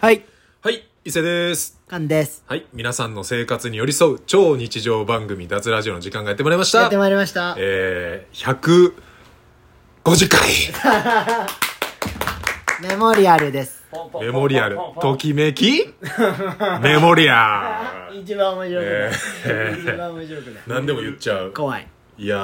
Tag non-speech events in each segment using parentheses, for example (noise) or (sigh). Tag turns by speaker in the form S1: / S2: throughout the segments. S1: はい。
S2: はい、伊勢です。
S1: カンです。
S2: はい、皆さんの生活に寄り添う超日常番組、脱ラジオの時間がやってまいりまし
S1: や
S2: た
S1: って。まいりました。
S2: えー、150回
S1: (laughs) メモリアルです。
S2: メモリアル、
S1: (laughs)
S2: ときめき、メモリアル。
S1: 一番面白
S2: え
S1: い。一番面白くない。
S2: 何でも言っちゃう。
S1: 怖い。
S2: いや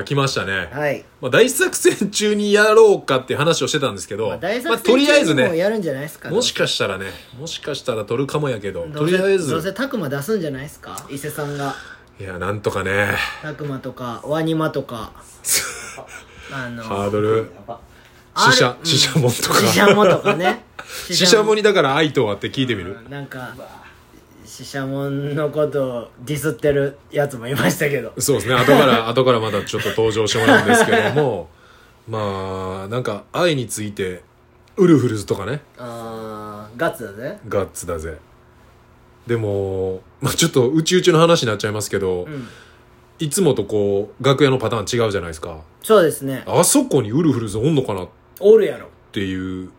S2: ー、来ましたね。
S1: はい。
S2: まあ、大作戦中にやろうかって話をしてたんですけど、ま
S1: 大
S2: あ、
S1: 作
S2: と
S1: 戦
S2: りあえ
S1: 中
S2: ず
S1: にもう
S2: ね、
S1: やるんじゃないですか。
S2: もしかしたらね、もしかしたら撮るかもやけど、
S1: ど
S2: と
S1: うせ
S2: りあえ
S1: どうせ
S2: ず、
S1: タクマ出すんじゃないですか。伊勢さんが
S2: いや、なんとかね、
S1: タクマとかワニマと
S2: (laughs)
S1: か。あの。
S2: ハードル、
S1: あ
S2: 死
S1: れ
S2: 者
S1: う、ん
S2: 死者もんとか。
S1: シシ
S2: (laughs)
S1: ャモとかね。
S2: シシャモにだから愛とはって聞いてみる
S1: なんか。シシャモンのことをディスってるやつもいましたけど
S2: そうですね後
S1: (laughs)
S2: から後からまだちょっと登場してもらうんですけどもまあなんか愛についてウルフルズとかね
S1: あーガッツだぜ
S2: ガッツだぜでも、まあ、ちょっとうちうちの話になっちゃいますけど、
S1: うん
S2: いつもとこう楽屋のパターン違うじゃないですか
S1: そうですね
S2: あそこにウルフルズおんのかなっ
S1: おるやろ
S2: ていう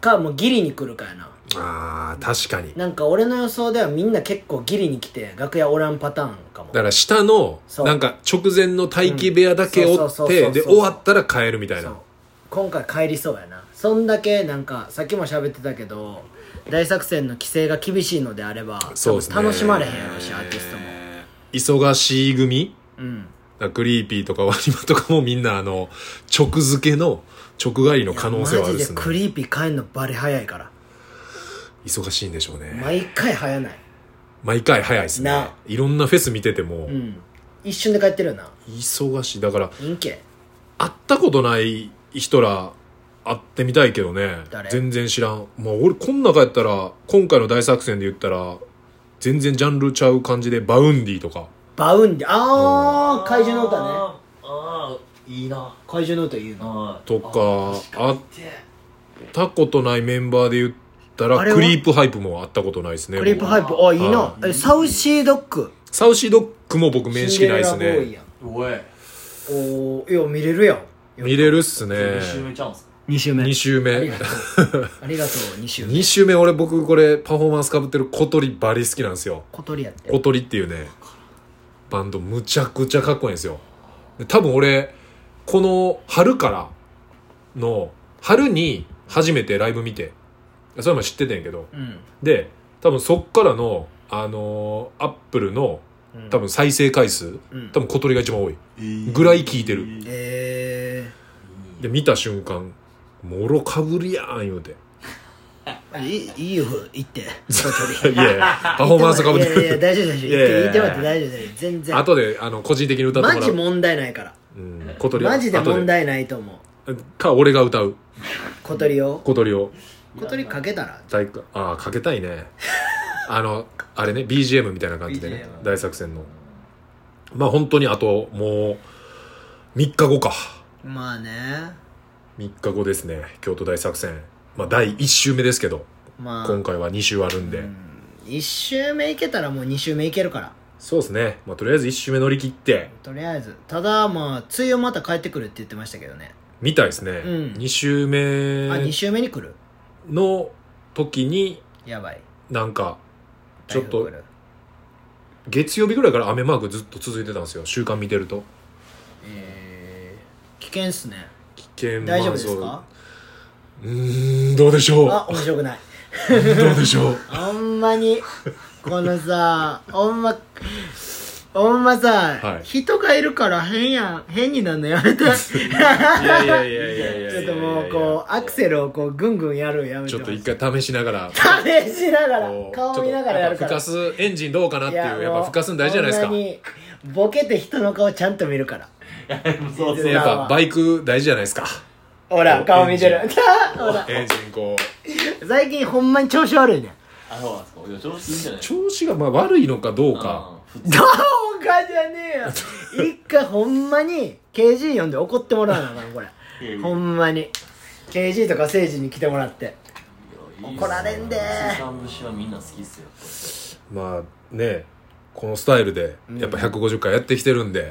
S1: かもうギリに来るかやな
S2: あー確かに
S1: なんか俺の予想ではみんな結構ギリに来て楽屋おらんパターンかも
S2: だから下の
S1: そう
S2: なんか直前の待機部屋だけお
S1: うんそ
S2: っ
S1: うそうそうそ
S2: て
S1: う
S2: で終わったら帰るみたい
S1: そう
S2: な
S1: 今回帰りそうやなそんだけなんかさっきも喋ってたけど大作戦の規制が厳しいのであれば
S2: そうですね
S1: 多分楽しまれへんやろしアーティストも
S2: 忙しい組
S1: うん
S2: だクリーピーとかワニマとかもみんなあの直付けの直帰りの可能性はある
S1: マ
S2: で
S1: ジ
S2: す
S1: で
S2: ね
S1: クリーピー帰んのバリ早いから
S2: 忙しいんでしょうね
S1: 毎回早ない
S2: 毎回早いですね
S1: ない
S2: ろんなフェス見てても
S1: うん一瞬で帰ってるよな
S2: 忙しいだから
S1: 陰気
S2: 会ったことない人ら会ってみたいけどね
S1: 誰
S2: 全然知らんまあ俺こん中やったら今回の大作戦で言ったら全然ジャンルちゃう感じでバウンディとか
S1: バウンディああ怪獣の歌ね
S3: あーあーいいな
S1: 怪獣の歌言うの
S3: あ
S2: とかあっ
S3: ーで
S2: たことないメンバーで言ったら
S1: あれは
S2: クリープハイプも会ったことないですね
S1: クリープハイプあいいなえサウシードッグ
S2: サウシードッグも僕面識ないです
S1: シンデレラボーイ
S2: ね
S1: やん
S3: おい
S1: おーいや見れるやん
S2: 見れるっすね
S3: 一周目ちゃうんすか
S1: 2週目
S2: 2週
S1: あり
S2: 目
S1: がとうありがとう2週目
S2: 2週目俺僕これパフォーマンスかぶってる小鳥バリ好きなんですよ
S1: 小鳥やって
S2: 小鳥っていうねバンドむちゃくちゃかっこいいんですよで多分俺この春からの春に初めてライブ見てそれも知っててんやけど
S1: うん
S2: で多分そっからのあのーアップルの
S1: うん
S2: 多分再生回数
S1: うん
S2: 多分小鳥が一番多いぐらい聞いてる
S1: え
S2: で見た瞬間「もろかぶりやん」言うて (laughs)
S1: ーいいいいよ行って小
S2: い (laughs)
S1: 鳥
S2: やいやパフォーマンスかぶって
S1: いやいや
S2: る
S1: 大丈夫大丈夫
S2: いやいやいや
S1: 行ってもらって大丈夫大丈夫全然
S2: (laughs) 後であの個人的に歌っても
S1: マ
S2: ら
S1: ジ
S2: う、
S1: 問題ないから
S2: うん、小鳥は
S1: マジで
S2: 後
S1: 問題ないと思う
S2: か俺が歌う
S1: 小鳥を
S2: 小鳥を
S1: 小鳥かけたら
S2: 大かああかけた
S1: (laughs)
S2: いねあのあれね BGM みたいな感じでね
S3: BGM
S2: 大作戦のまあ本当にあともう3日後か
S1: まあね
S2: 3日後ですね京都大作戦まあ第1週目ですけど
S1: まあ
S2: 今回は2週あるんで、
S1: 1周目行けたらもう2周目行けるから
S2: そうですね、まあ、とりあえず1週目乗り切って
S1: とりあえずただまあ梅雨また帰ってくるって言ってましたけどね
S2: みたいですね、
S1: うん
S2: 2週
S1: あ2
S2: 目
S1: 周目に来る
S2: の時に
S1: やばい
S2: なんかちょっ
S1: 台
S2: と
S1: 風来る
S2: 月曜日ぐらいから雨マークずっと続いてたんですよ週間見てると
S1: えー、危険っすね
S2: 危険
S1: 大丈夫です
S2: まあ
S1: か
S2: そううーんどうでしょう
S1: あ面白くない
S2: どうで
S1: (laughs)
S2: しょう
S1: ほんまにこのさほんまほんまさ、
S2: はい
S1: 人がいるから変やん変になるのやめて
S2: いやいやいやいやいや
S1: ちょっともうこうアクセルをこうぐんぐんやるんやめて
S2: ちょっと一回試しながら
S1: 試しながら
S2: こう
S1: 顔見ながらやる
S2: ち
S1: か
S2: ょっ
S1: ら
S2: とふかすエンジンどうかなっていうや
S1: も
S2: っぱふかすん大事じゃないで
S1: ほ
S2: す
S1: ん
S2: か
S1: まにボケて人の顔ちゃんと見るから
S3: そう
S1: に
S2: でやっぱバイク大事じゃないですか
S1: ほ
S2: お
S1: ら顔見てる (laughs) ほら
S2: エンジンこう
S1: 最近ほんまに調子悪いねん
S3: あそうなんすかいや調子いいんじゃないです
S2: 調子がまあ悪いのかどうか
S3: か
S1: どうかじゃねえよ一回ほんまに KG 呼んで怒ってもらわなあかんこれ
S3: うん
S1: ほんまに KG とか誠治に来てもらって怒られんでー
S3: 水産節はみんな好きっすよ
S2: まあねこのスタイルでやっぱ150回やってきてる
S1: (laughs)
S2: んで、ね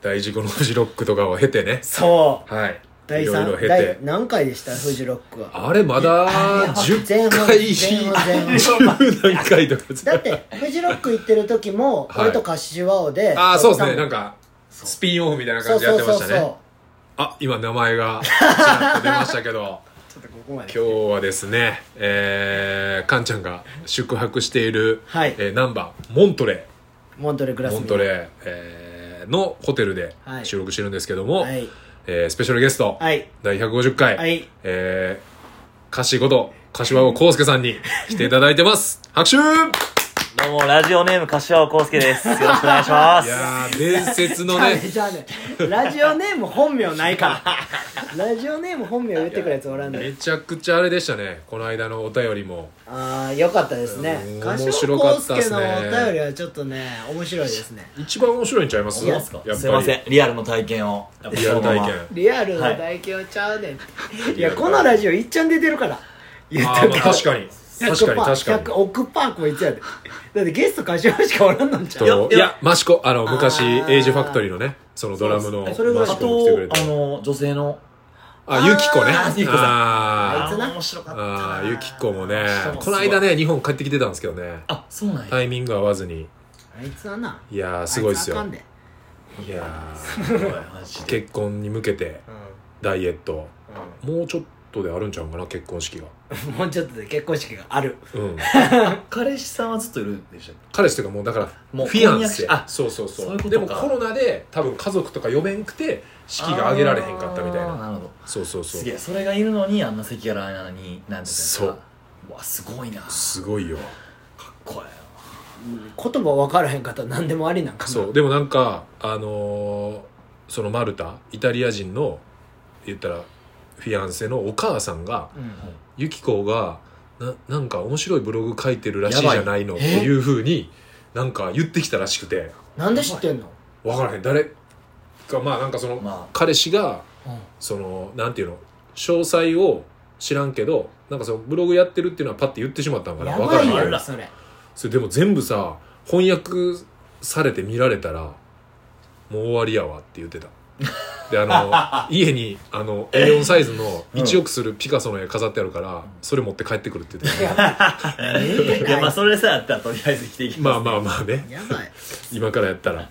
S2: 大事故のフジロックとかを経てね
S1: そ
S2: はいう
S1: 第
S2: いろいろ経
S1: 3
S2: て
S1: 第何回でしたフジロックは
S2: あれま
S1: 前
S2: だ10
S1: 半
S2: 回
S1: 前半前半
S2: 10何回とか
S1: だってフジロック行ってる時も
S2: はい
S1: 俺とカシワオで
S2: ああそうですね
S1: 撮
S2: な
S1: っ
S2: んか
S3: そう
S2: スピンオフみたいな
S1: たも
S2: 感
S1: ん
S2: じで
S1: そ
S2: やっ
S1: うそう
S2: てまし
S1: そう
S2: た
S1: そう
S2: ねあ今名前がちらっと出ましたけ
S1: (laughs)
S2: ど
S1: ちょっとここまで
S2: 今日はですねえー、カンちゃんが宿泊している、
S1: はい
S2: えー、ナンバーモントレ
S1: モントレグラス
S2: ーモントレー、えー、のホテルで
S1: はい
S2: 収録してるんですけども、
S1: はい
S2: えースペシャルゲスト、
S1: はい
S2: 第150回、
S1: はい
S2: えー、歌詞こと柏尾康介さんに来ていただいてます拍手
S3: どうも、ラジオネーム、柏尾康
S2: (laughs)
S3: 介です。よろしくお願いしま
S2: い
S3: す。
S2: やー伝説の
S1: じゃあね
S2: ね
S1: じゃあねラジオネーム本名ないからラジオネーム本名言ってくるやつおらんの
S2: め
S1: よ
S2: ちゃくちゃあれでしたねこの間のお便りも
S1: ああよかったですね
S2: うん
S1: カシ
S2: 面白か
S1: ワオ
S2: った
S1: 介
S2: っすね
S1: のお便りはちょっとね面白いですね
S2: 一番面白いんちゃいます
S3: そうですか
S2: やっぱり
S3: すいません、リアルの体験を。やっぱ
S2: リアル体
S3: そのま
S2: 験
S1: リアルの代表ちゃうねん、い、やこのラジオいっちゃん出てるから言
S2: あーまあ確かに確かに確かに
S1: 100億パーこいつやでだってゲスト柏しかおらんのんちゃう
S2: とい
S3: いや
S2: やマシコあの昔
S1: あー
S2: エイジファクトリーのねそのドラムの
S3: まそれぐらい、
S2: マ
S3: あ
S2: シコも来てくれ
S3: と、
S2: て
S3: あの、女性の。
S2: あユキコね
S1: あー
S3: ユキコさん
S2: あ
S1: あいつな
S3: 面白か
S2: ー
S3: ったな。
S2: あーユキコもね
S3: しかもす
S2: こ
S3: ご
S2: の
S3: い
S2: 間。ね日本帰ってきてたんですけどね
S3: あ、そうなんや。
S2: タイミング合わずに
S1: あいつはない
S2: やーすごいですよ
S1: あつあかんで
S2: いや
S3: すごいマジ
S2: ー
S3: で。
S2: 結婚に向けてダイエットもうちょっとであるんちゃうかな結婚式が
S1: うんもうちょっとで結婚式がある
S3: (laughs)
S2: うん
S3: 彼氏さんはずっといるんでしたっけ
S2: 彼氏というかもうだから
S3: もう
S2: フィアンセ
S3: 婚約者あ
S2: そうそうそう
S3: そういうこと
S2: でも
S3: か
S2: コロナで多分家族とか呼べんくて式が挙げられへんかったみたい
S3: あー
S2: な
S3: なるほど。
S2: そうそうそ
S3: すげ
S2: う
S3: え、それがいるのに、あんな席柄なのに、なんてい
S2: そう
S3: か。うわ、すごいな。かっ
S2: すごいよ
S3: こいいな。
S1: 言葉分からへん方何でもありなんかな
S2: そうでもなんかあのーそのマルタイタリア人の言ったらフィアンセのお母さんがユキコがななんか面白いブログ書いてるらしいじゃないのっていうふうになんか言ってきたらしくて
S1: なんで知ってんの
S2: 分からへん誰かまあなんかその、
S3: まあ
S2: 彼氏がそのなんていうの詳細を知らんけどなんかそのブログやってるっていうのはパッて言ってしまったんかな
S1: や
S2: 分か
S1: ば
S2: ら
S1: い
S2: へ
S1: や
S2: ん
S1: ろそれ
S2: それでも全部さ翻訳されて見られたらもう終わりやわって言ってたであ
S3: (laughs)
S2: の家にあの A4 サイズの1億するピカソの絵飾ってあるから、それ持って帰ってくるって言ってた
S3: いや、まあ、それさえあったら、とりあえず生きていき
S2: まあ
S3: ます。
S2: まあまあね
S1: やばい
S2: 今からやったら、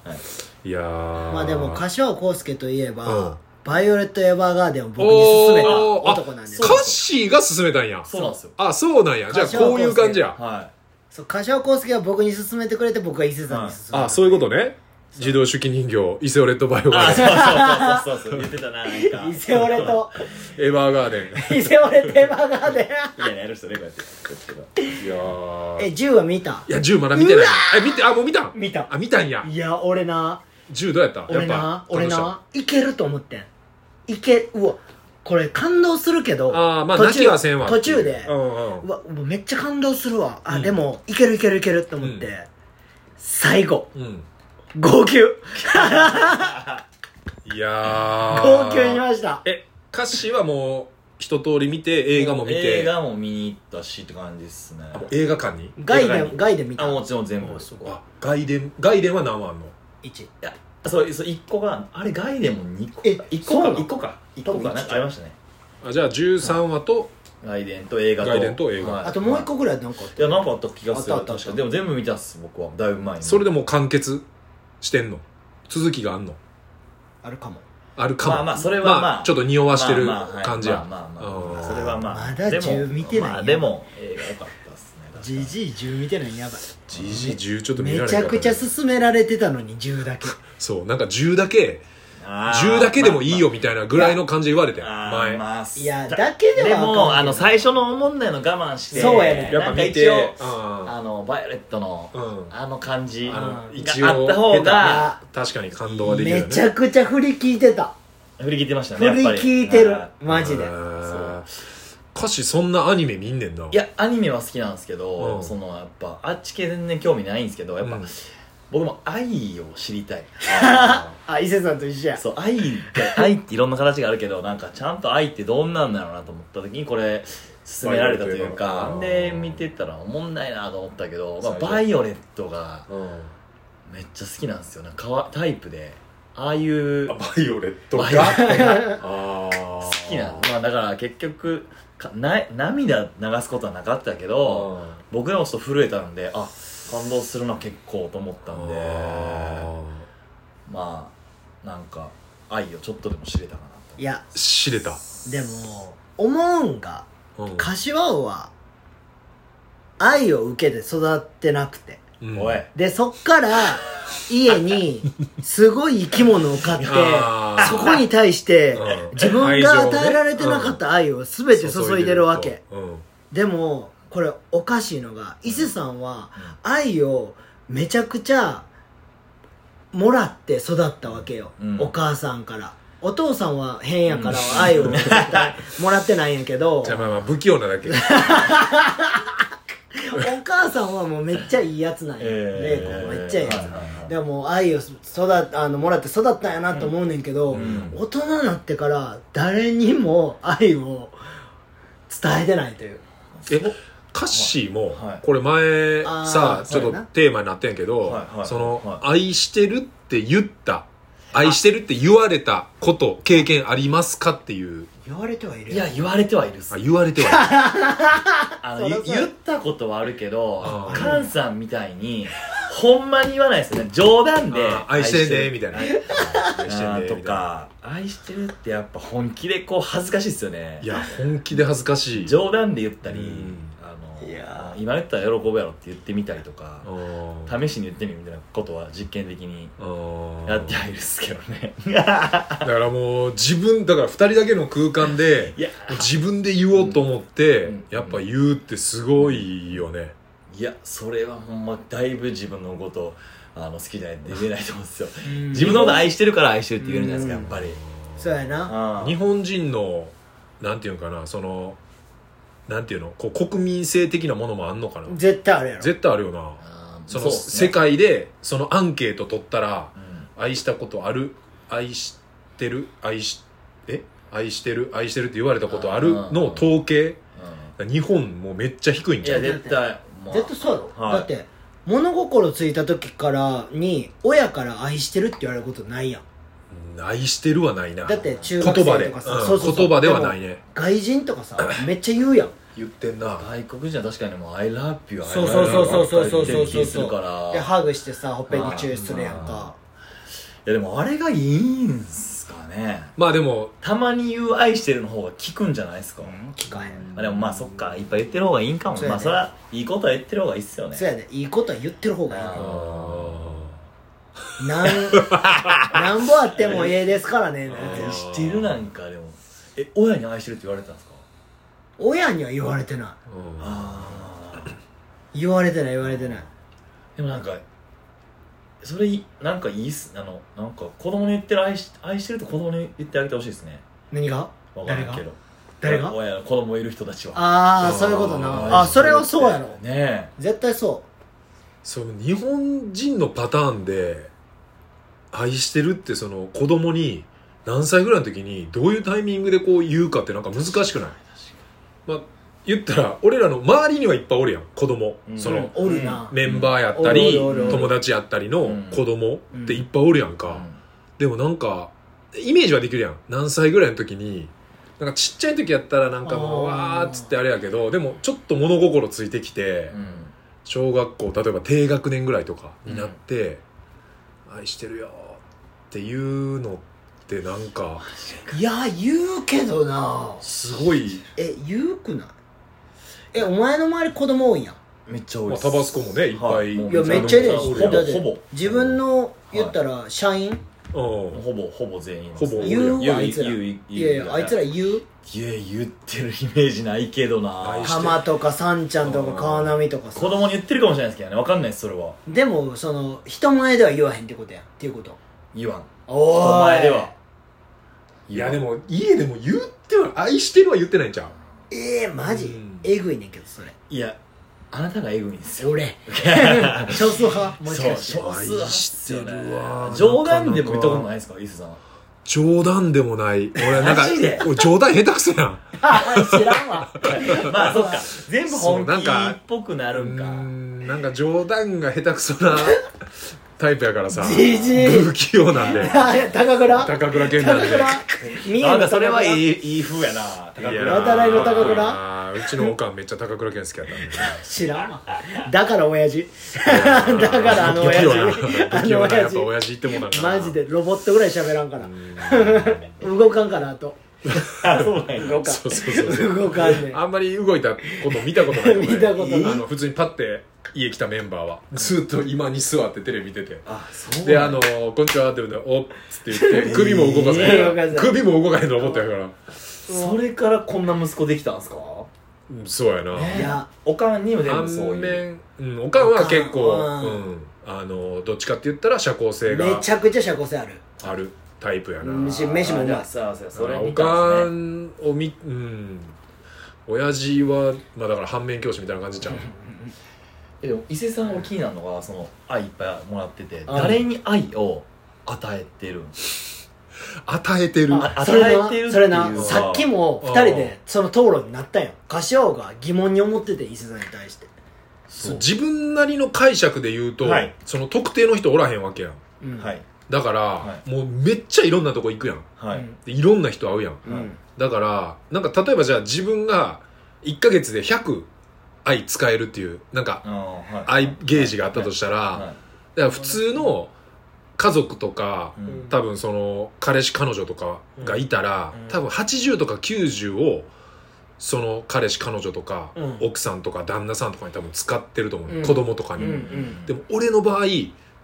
S2: い、やー
S1: まあでも柏康介といえ
S2: うん
S1: ばバイオレット・エヴァーガーデンを僕に勧めた
S2: おーあ
S1: 男なんですよ
S2: カッシーが勧めたんや
S3: そうなんですよ。
S2: あそうなんやじゃあこういう感じや
S3: は
S1: そう柏康介が僕に勧めてくれて僕は伊勢さんに勧めた、
S2: あそういうことね自動手記人形イセオレットバイオ
S3: い。
S2: ガ
S3: あ、
S2: ーデ
S3: そうそうそうそうそう、言ってたな。なんか
S1: 伊勢オレ。と
S2: ンエヴァーガーデ
S1: 伊勢オレテーマガーデ
S3: いや、やる人ね、こうやって。こうやって
S2: ンいや
S1: ン
S2: ー
S1: え銃は見た
S2: いや銃まだ見てないえ見てあもう見たん
S1: 見た
S2: あ見たんや
S1: いや俺な
S2: 銃どうやったや
S1: 俺
S2: っぱ
S1: な俺
S2: 楽しかっ
S1: ないけると思ってんいけうわこれ感動するけど
S2: たああまあ
S1: 途中
S2: 泣きはせんわ
S1: 途中で
S2: う、んうん
S1: うわもうめっちゃ感動するわあ、
S2: うん
S1: でもいけるいけるいけると思って、
S2: うん
S1: 最後
S2: うん
S1: 号泣
S2: いやー
S1: 号泣しました
S2: え歌詞はもう一通り見て映画も見て
S3: 映画も見に行ったしって感じですね
S2: あもう映画館に
S1: ガイ
S3: 映画
S1: デ
S3: に
S1: ンガイデン見た
S3: あもちろん全部
S2: あ外伝外伝は何話あんの
S1: 1
S3: そうそう1個があれ外でも2個
S1: え
S3: 1
S1: そうな
S3: 個か
S1: の
S3: 1個か1個
S1: 多分
S3: かなんかありましたね
S2: あじゃあ13話と
S3: 外伝と映画と
S2: 外伝と映画
S3: はい
S1: あともう1
S3: は
S1: 個ぐらいなんかあっ
S3: いい
S1: た
S3: やなんかあった気がする
S1: あったあった
S3: 確かでも全部見たっす僕はだいぶ前に
S2: それでもう完結してんの続きがあんの
S1: あるかも
S2: あるかも
S3: まあまあそれはまあ
S2: ちょっと匂わしてる
S3: まあまあはい
S2: 感じや
S3: まあまあま
S2: う
S3: あ
S2: ん
S3: それはま
S1: ま
S3: あ
S1: だ
S3: でも
S1: 10見てないよ
S3: まあでも映画良かったっすね確か
S1: じじい10見てないやばい
S2: じじ10ちょっと見ら
S1: め
S2: れな
S1: ちゃくちゃ
S2: す
S1: 勧められてたのに10だけ
S2: そうなんか10だけ
S3: あー
S2: 10だけでもいいよみたいなぐらいの感じで言われてん
S3: まあまあ
S2: 前
S3: まあ
S1: いやだけでは
S3: で
S1: あかんけど
S3: もあの最初のおもんないの我慢して
S1: そうやね
S2: やっぱ見て
S3: なんか一応
S2: う
S3: あのバイオレットの
S2: んうん
S3: あの感じ
S2: あ
S3: があ
S2: の
S1: うん
S2: 一応
S3: った方が
S2: 確かに感動はできる
S1: め
S2: よね
S1: ちゃくちゃ振り聞いてた
S3: 振り切ってましたね
S1: 振
S3: やっ
S1: り
S3: ぱり
S1: 聞いてる
S3: は
S1: マジで
S2: うん歌詞そんなアニメ見んねんない
S3: いやアニメは好きなんですけど、
S2: うん
S3: そのやっぱあっち系全然興味ないんですけどやっぱ、
S2: うん
S3: 僕も愛を知りたい
S1: あ伊勢さんと一緒や
S3: そう愛って
S2: (laughs)
S3: 愛っていろんな形があるけどなんかちゃんと愛ってどんなんだろうなと思った時にこれ勧められたという
S2: バイ
S3: か
S2: オレット映
S3: で
S2: 画
S3: 見てたらおもんないなと思ったけど、ま
S2: 最
S3: あ、
S2: 初
S3: バイオレットが
S2: うん
S3: めっちゃ好きなんですよなんかかわタイプでああいう
S2: あバイオレットが
S3: バイオレット
S2: あ好
S3: 好きなまあだから結局かな涙流すことはなかったけど僕でもちょっと震えたんであ感動するな結構と思ったんでまあなんか愛をちょっとでも知れたか
S1: いや
S2: 知れた、
S1: でも思うんが
S2: うん
S1: 柏王は愛を受けて育ってなくて
S2: うん
S3: なとおい
S1: でそっから家にすごい生き物を飼
S3: (laughs)
S1: って
S2: あー
S1: (laughs) そこに対して
S2: うん
S1: 自分が与えられてなかった愛を全て注いでるわけ、
S2: うん
S1: でもこれおかしいのが伊勢さんは愛をめちゃくちゃもらって育ったわけよ、
S3: うん
S1: お母さんからお父さんは変やから
S3: うん
S1: 愛を絶対もらってないんやけ
S2: (laughs)
S1: ど
S2: じゃあまあまあ不器用なだけ
S1: お母さんはもうめっちゃいいやつなんや、玲子もめっちゃいいやつ、でももう愛を育あのもらって育ったんやなと思うねんけど、
S3: うん
S1: 大人になってから誰にも愛を伝えてないという
S2: えカッシーも
S3: はい
S2: これ前さ
S1: あー
S2: ちょ
S1: そ
S2: っ
S1: うや
S2: と
S1: な
S2: テーマになってんやけど
S3: はいはい
S2: そ
S3: は
S2: の愛してるって言った愛してるって言われたこと経験ありますかっていう
S1: 言われてはいる
S3: いや言われてはいるっす
S2: あ言われては
S3: あ
S1: そ
S3: の
S1: りゃ
S3: ゆ
S1: そうや
S3: 言ったことはあるけど
S2: うん
S3: カンさんみたいにほんまに言わ (laughs) ないですね冗談で
S2: あー愛してんねみたいな
S3: あ
S2: 愛してんねみた
S3: ー
S2: い
S3: と
S2: な
S3: か愛してるってやっぱ本気でこう恥ずかしいっすよね
S2: いや本気で恥ずかしい
S3: 冗談で言ったり、
S2: うん
S3: あの
S1: いやー
S3: 今言ったら喜ぶやろって言ってみたりとか
S2: うん
S3: 試しに言ってみるみたいなことは実験的に
S2: うん
S3: やってはいるっすけどね
S2: だからもう自分だから2人だけの空間で
S3: いや
S2: 自分で言おうと思って、
S3: うん
S2: やっぱ言うってすごいよね、
S3: いやそれはほんまだいぶ自分のことあの好きじゃないって言えないと思うんですよ
S1: うん
S3: 自分のこと愛してるから愛してるって言えるじゃないです
S1: うん
S3: かやっぱり
S1: そうやな
S3: あ
S2: 日本人のなんていうのかなそのなんていうのこう国民性的なものもあんのかな
S1: 絶対あるやろ
S2: 絶対あるよな
S3: あー
S2: その
S3: うっすね
S2: 世界でそのアンケート取ったら
S3: うん
S2: 愛したことある愛してる愛しえ愛してる愛してるって言われたことあるの統計日本もめっちゃ低い
S3: うんんい
S2: ちゃ
S3: や
S2: う
S3: 絶対まあ
S1: 絶対そうやろ、
S3: はい
S1: だって物心ついた時からに親から愛してるって言われることないやん
S2: 愛してるはないな
S1: だって中
S2: 言
S1: 学生
S2: 葉で、
S1: と
S2: うん
S1: かさそうそうそう
S2: 言葉ではないね
S1: も外人とか (laughs) さめっちゃ言うやん
S2: 言ってんな
S3: 外国人は確かにもう「I love you」
S1: そうそうそうそうそうそうそうそう
S3: するから
S1: でハグしてさほっぺにチューするやん
S3: あ
S1: か
S3: いやでもあれがいいんすかね
S2: まあでも
S3: たまに言う愛してるの方が効くんじゃないですか、
S1: 聞かへん
S3: まあ、でもまあそっかいっぱい言ってる方がいいんかも、
S1: そうやね
S3: まあそれはいいことは言ってる方がいいっすよね
S1: そうやでいいことは言ってる方がいい
S3: あー (laughs)
S1: なんなんぼあってもええですからねなんて
S3: 愛してるなんかでもえ親に愛してるって言われたんですか
S1: 親には言われてな
S2: うん
S3: ああ
S1: い言われてない言われてない
S3: でもなんかそれいなんかいいっすあのなんか子供に言ってる愛し愛してるって子供に言ってあげてほしいですね
S1: 何が
S3: わからんけど
S1: 誰が
S3: 親子供いる人たちは
S1: ああそういうことなあそれはそうやろ
S3: ね
S1: 絶対そ
S2: その日本人のパターンで愛してるってその子供に何歳ぐらいの時にどういうタイミングでこう言うかってなんか難しくないまあ言ったら俺らの周りにはいっぱいおるやん子供、
S3: うん
S2: そうの
S1: おるな
S2: メンバーやったり、
S1: うんおるおるおる
S2: 友達やったりの子供っていっぱいおるやんか、
S3: え、
S2: でもなんかイメージはできるやん何歳ぐらいの時になんかちっちゃい時やったらなんかもう
S1: あー
S2: わーっつってあれやけどでもちょっと物心ついてきて
S3: うんうん
S2: 小学校例えば低学年ぐらいとかになって「愛してるよ」っていうのってなんか
S1: いや言うけどな
S2: すごい、
S1: え言うくないえお前の周り子供多いやん
S3: めっちゃ多い
S2: ま
S3: で
S2: あ、
S3: す
S2: タバスコもねいっぱい
S3: はいもう
S1: いやめっちゃいるやん
S3: ほぼ
S1: だって
S3: ほぼ
S1: 自分の言ったら社員
S2: うん
S3: ほぼほぼ全員
S2: ほぼ
S1: 言う
S3: 言う
S1: あいつら
S3: 言う言う
S1: いやいやあいつら言う
S3: いや言ってるイメージないけどな
S2: 愛してる
S1: 玉とかさんちゃんとか川波とか
S3: 子
S1: さ
S3: 供に言ってるかもしれないですけどねわかんないですそれは
S1: でもその人前では言わへんってことやんっていうこと
S3: 言わん
S1: おーい
S3: 人前ではい
S2: やでも家でも言っては愛してるは言ってないんちゃう
S1: ええマジ
S2: うん
S1: えぐいねんけどそれ
S3: いやあなたがエグいんですよ
S1: 俺少数派もしかして
S3: そう少数派っすよね
S2: 愛してるわ
S3: 冗談でも言ったこと
S2: なかなか
S3: ないですか伊勢さん
S2: 冗談でもない俺なんか
S3: マジで
S2: 俺冗談下手くそやん
S1: 知らんわ
S3: (laughs) まあそっか全部
S2: そう
S3: 本
S2: なん
S3: 気
S2: か
S3: っぽくなるん
S2: うー
S3: か
S2: (laughs) んなんか冗談が下手くそなタイプやからさ
S1: じじい
S2: 不器用なんで
S1: あれ高倉
S2: 高倉健なんで
S1: 高倉三重
S3: なん
S1: の
S3: かそれはいいいいい風やな高
S2: い
S3: 倉
S2: やー
S1: 働いの高倉
S2: あーうちのおかんめっちゃ高倉健好きやったんで
S1: 知らんわだから親父だからあの親
S2: 不器用
S1: 父
S2: な
S1: あ
S2: 不器用
S1: の
S2: な
S1: 親
S2: やっぱ親
S1: 父
S2: 父言ってもうたな
S1: マジでロボットぐらい喋らんから動かんからあと
S3: あそうなんや
S1: 動かん
S2: そうそうそうそう
S1: 動かんねん
S2: あんまり動いたこと見たことない
S1: 見たことない
S2: あの普通にパッて家来たメンバーはずっと今に座ってテレビ見てて
S3: あそう
S2: で、あのー、こんにちはって言うんで、おっつって言って、首も動かせ
S1: えー
S2: へ
S1: 動かせない
S2: ん。首も動かへんと思ったから。
S3: それからこんな息子できたんすか
S2: うんそうやな。
S1: いや
S3: おかんにもでも
S2: 反
S3: そういう
S2: 面、うん、おかんは結構、
S1: お
S2: う
S1: かん
S2: ん、あのー、どっちかって言ったら社交
S1: め
S2: 性が
S1: ちゃくちゃ社交性ある
S2: あるタイプやな。
S1: うん飯飯もうまい
S3: あじゃあそうやそうやそれ
S2: お
S3: 見
S2: か
S3: たん
S2: んをみ、うん。親父は、まあだから反面教師みたいな感じちゃう。
S3: ですねえでも伊勢さんが気になるのがその愛いっぱいもらってて
S1: ん
S3: 誰に愛を与えてるん
S2: 与えてる。
S3: あ
S1: それ
S3: 与えてるっていう
S1: な
S3: か
S1: それなさっきも2人でその討論になったんよ柏尾が疑問に思ってて伊勢さんに対して
S2: そう自分なりの解釈で言うと、
S3: はい
S2: その特定の人おらへんわけやん。
S1: うん
S3: はい
S2: だから、
S3: は
S2: もうめっちゃいろんなとこ行くやん。
S1: う
S3: はい、
S1: ん
S2: でいろんな人会うやん。
S1: うん
S2: だから、なんか例えばじゃあ自分が1ヶ月で100愛使えるっていう、なんか
S3: あーはい
S2: 愛ゲージがあったとしたら、
S3: はい
S2: だから普通の家族とか
S3: う、ん
S2: 多分その彼氏彼女とかがいたら、
S1: うん
S2: 多分80とか90を、その彼氏彼女とか、
S1: うん
S2: 奥さんとか旦那さんとかに多分使ってると思う、
S1: うん
S2: 子供とかに。
S1: うんうん
S2: でも俺の場合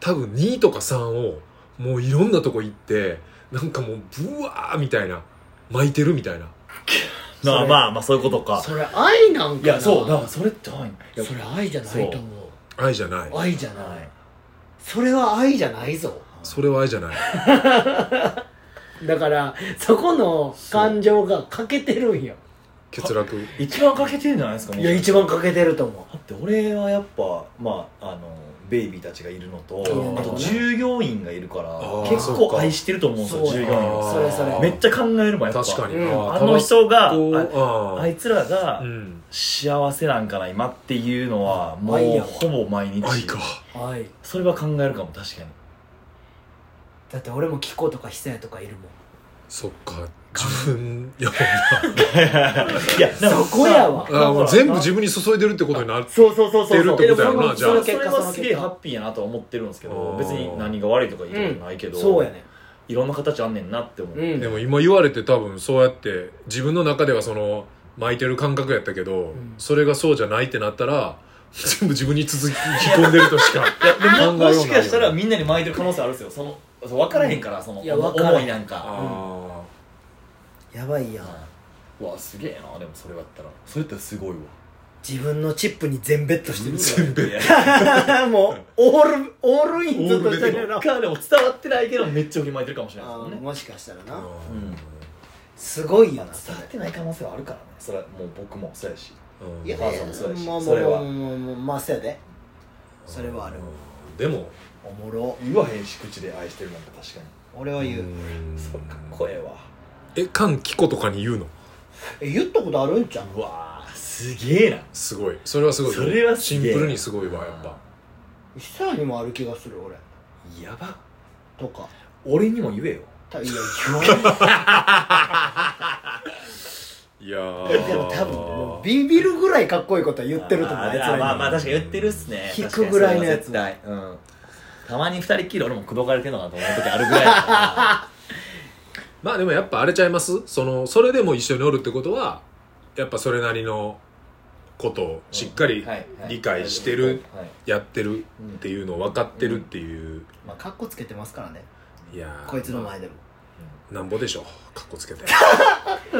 S2: 多分2とか3をもういろんなとこ行ってなんかもうブワーみたいな巻いてるみたいな
S3: ま
S1: そ
S3: あ
S1: れ
S3: まあまあそういうことか
S1: それ愛なんかない
S3: やそうだからそれって愛いや
S1: それ愛じゃないと思
S2: 愛じゃないう
S1: 愛じゃな
S3: はいい
S1: それは愛じゃないぞ
S2: それは愛じゃない
S1: だからそこの感情が欠けてるんよ
S2: 欠落
S3: 一番欠けてるんじゃないですかも
S1: い
S3: し
S1: や
S3: か
S1: 一
S3: して
S1: 番欠けてると思
S3: だって俺はやっぱまああのベイビーたちがいるのと
S1: うん
S3: あと従業員がいるから
S2: ー
S3: 結
S2: そうか
S3: 構愛してると思うんですよ
S1: そう
S3: 従業員
S1: あ
S3: を
S1: それそれー
S3: めっちゃ考えるもんやっぱ
S2: 確かに、
S1: うん
S2: ー
S3: あの人が
S2: タバコ
S3: あ
S2: あ
S3: あいつらが
S2: ーうん
S3: 幸せなんかな今っていうのはも
S1: 愛
S3: う
S1: やわ
S3: ほぼ毎日
S2: 愛か
S1: う愛
S3: それは考えるかも確かに
S1: だって俺も気候とか久やとかいるもん
S2: そっか
S1: (laughs)
S2: 自分やばい
S3: いやでも
S1: そこやわ
S2: なあーもう全部自分に注いでるってことになる
S1: そうそうそう
S2: そうそう
S1: で
S2: 出
S1: も
S2: るってことやろな
S1: そ
S2: じゃあ
S1: の
S3: (laughs) そ
S1: 結
S3: れ
S1: 果そ
S3: は
S1: の
S3: すげえ
S1: 結
S3: ハッ
S1: 果
S3: ピーやなとは思ってるんですけ
S2: あ
S3: ど
S2: ー
S3: 別に何が悪いとか言いことないけど、
S1: そうやね
S3: いろんな形あんねんなって思う、
S1: うん
S2: でも今言われて多分そうやって自分の中ではその巻いてる感覚やったけど、
S1: ん
S2: それがそうじゃないってなったら全部自分に続き込んでるとしか
S3: でも
S2: 考えよう
S3: もしかしたら
S2: ない
S3: みんなに巻いてる可能性あるんですよそのそう分からへんから、その
S1: いや分からへん
S3: 思いなんか
S2: あ
S1: やばいやん
S3: うわすげえなでもそれだったらそれってすごいわ
S1: 自分のチップに全ベットしてる
S2: 全部
S3: いや (laughs)
S1: もうオールオールインずっとして
S3: で
S1: る
S3: も
S1: な
S3: かでも伝わってないけどめっちゃ振り巻いてるかもしれないです
S1: あ
S3: もん
S1: ー
S3: ね
S1: もしかしたら
S2: あ
S1: な
S2: ー
S3: うん
S1: すごいよなそ
S3: 伝わ
S1: れ
S3: ってない可能性はあるからねそれはもう僕もそうやし
S2: うん
S1: いや
S3: お母さんもそうやし
S1: まあ
S3: それは
S1: まあまあまあまあそうやでそれはある
S2: でも
S1: おもろ
S3: 言わへんし口で愛してるなんて確か
S1: 俺は言う
S2: うん
S3: にそっか声は
S2: えカンキコとかに言うの
S1: え言ったことあるんちゃう
S3: うわーすげえな
S2: すごいそれはすごい
S3: それはす
S2: シン
S3: げ
S2: プ
S3: え
S2: ルにすごいわやっぱ
S1: 久々にもある気がする俺
S3: やば
S1: とか
S3: 俺にも言えよ
S1: たいや言わ
S2: いや
S1: ないでも多分もうビビるぐらいかっこいいことは言ってると思う
S3: あ
S1: あいつ
S3: ー
S1: ら
S3: あ
S1: に
S3: まあまあ確かに言ってるっすね
S1: 引くぐらいのやつ
S3: 確かにそれは絶対うんたまに二人っきり俺も口説かれてんのかなと思う時あるぐらいだか
S2: まあでもやっぱあれちゃいますそのそれでも一緒におるってことはやっぱそれなりのことを
S3: ら
S2: しっかり
S3: はいはい
S2: 理解してる
S3: はい
S2: やってるっていうのを分かってるっていう
S1: まあかっこつけてますからね
S2: いやー
S1: こいつの前でも
S2: なんぼでしょかっこつけて
S1: か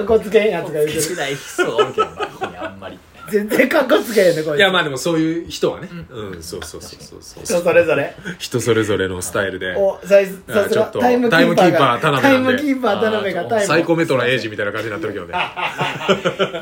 S1: っこつけへんやつが言う
S3: つ
S1: てる
S3: けてない人がおるけどなここにあんまり
S1: 全然かっこつけへんねこいつ
S2: いやまあでもそういう人はねうんそうそうそうそうそう
S1: 人それぞれ
S2: 人それぞれのスタイルで
S1: おさす
S2: あ
S1: さす
S2: ちょ
S1: が
S2: っと
S1: タイムキーパーが
S2: タイムキーパー田辺なん
S1: タイム
S2: で
S1: キーパー田辺がタイム
S2: サイコメトラエイジみたいな感じになってるけどね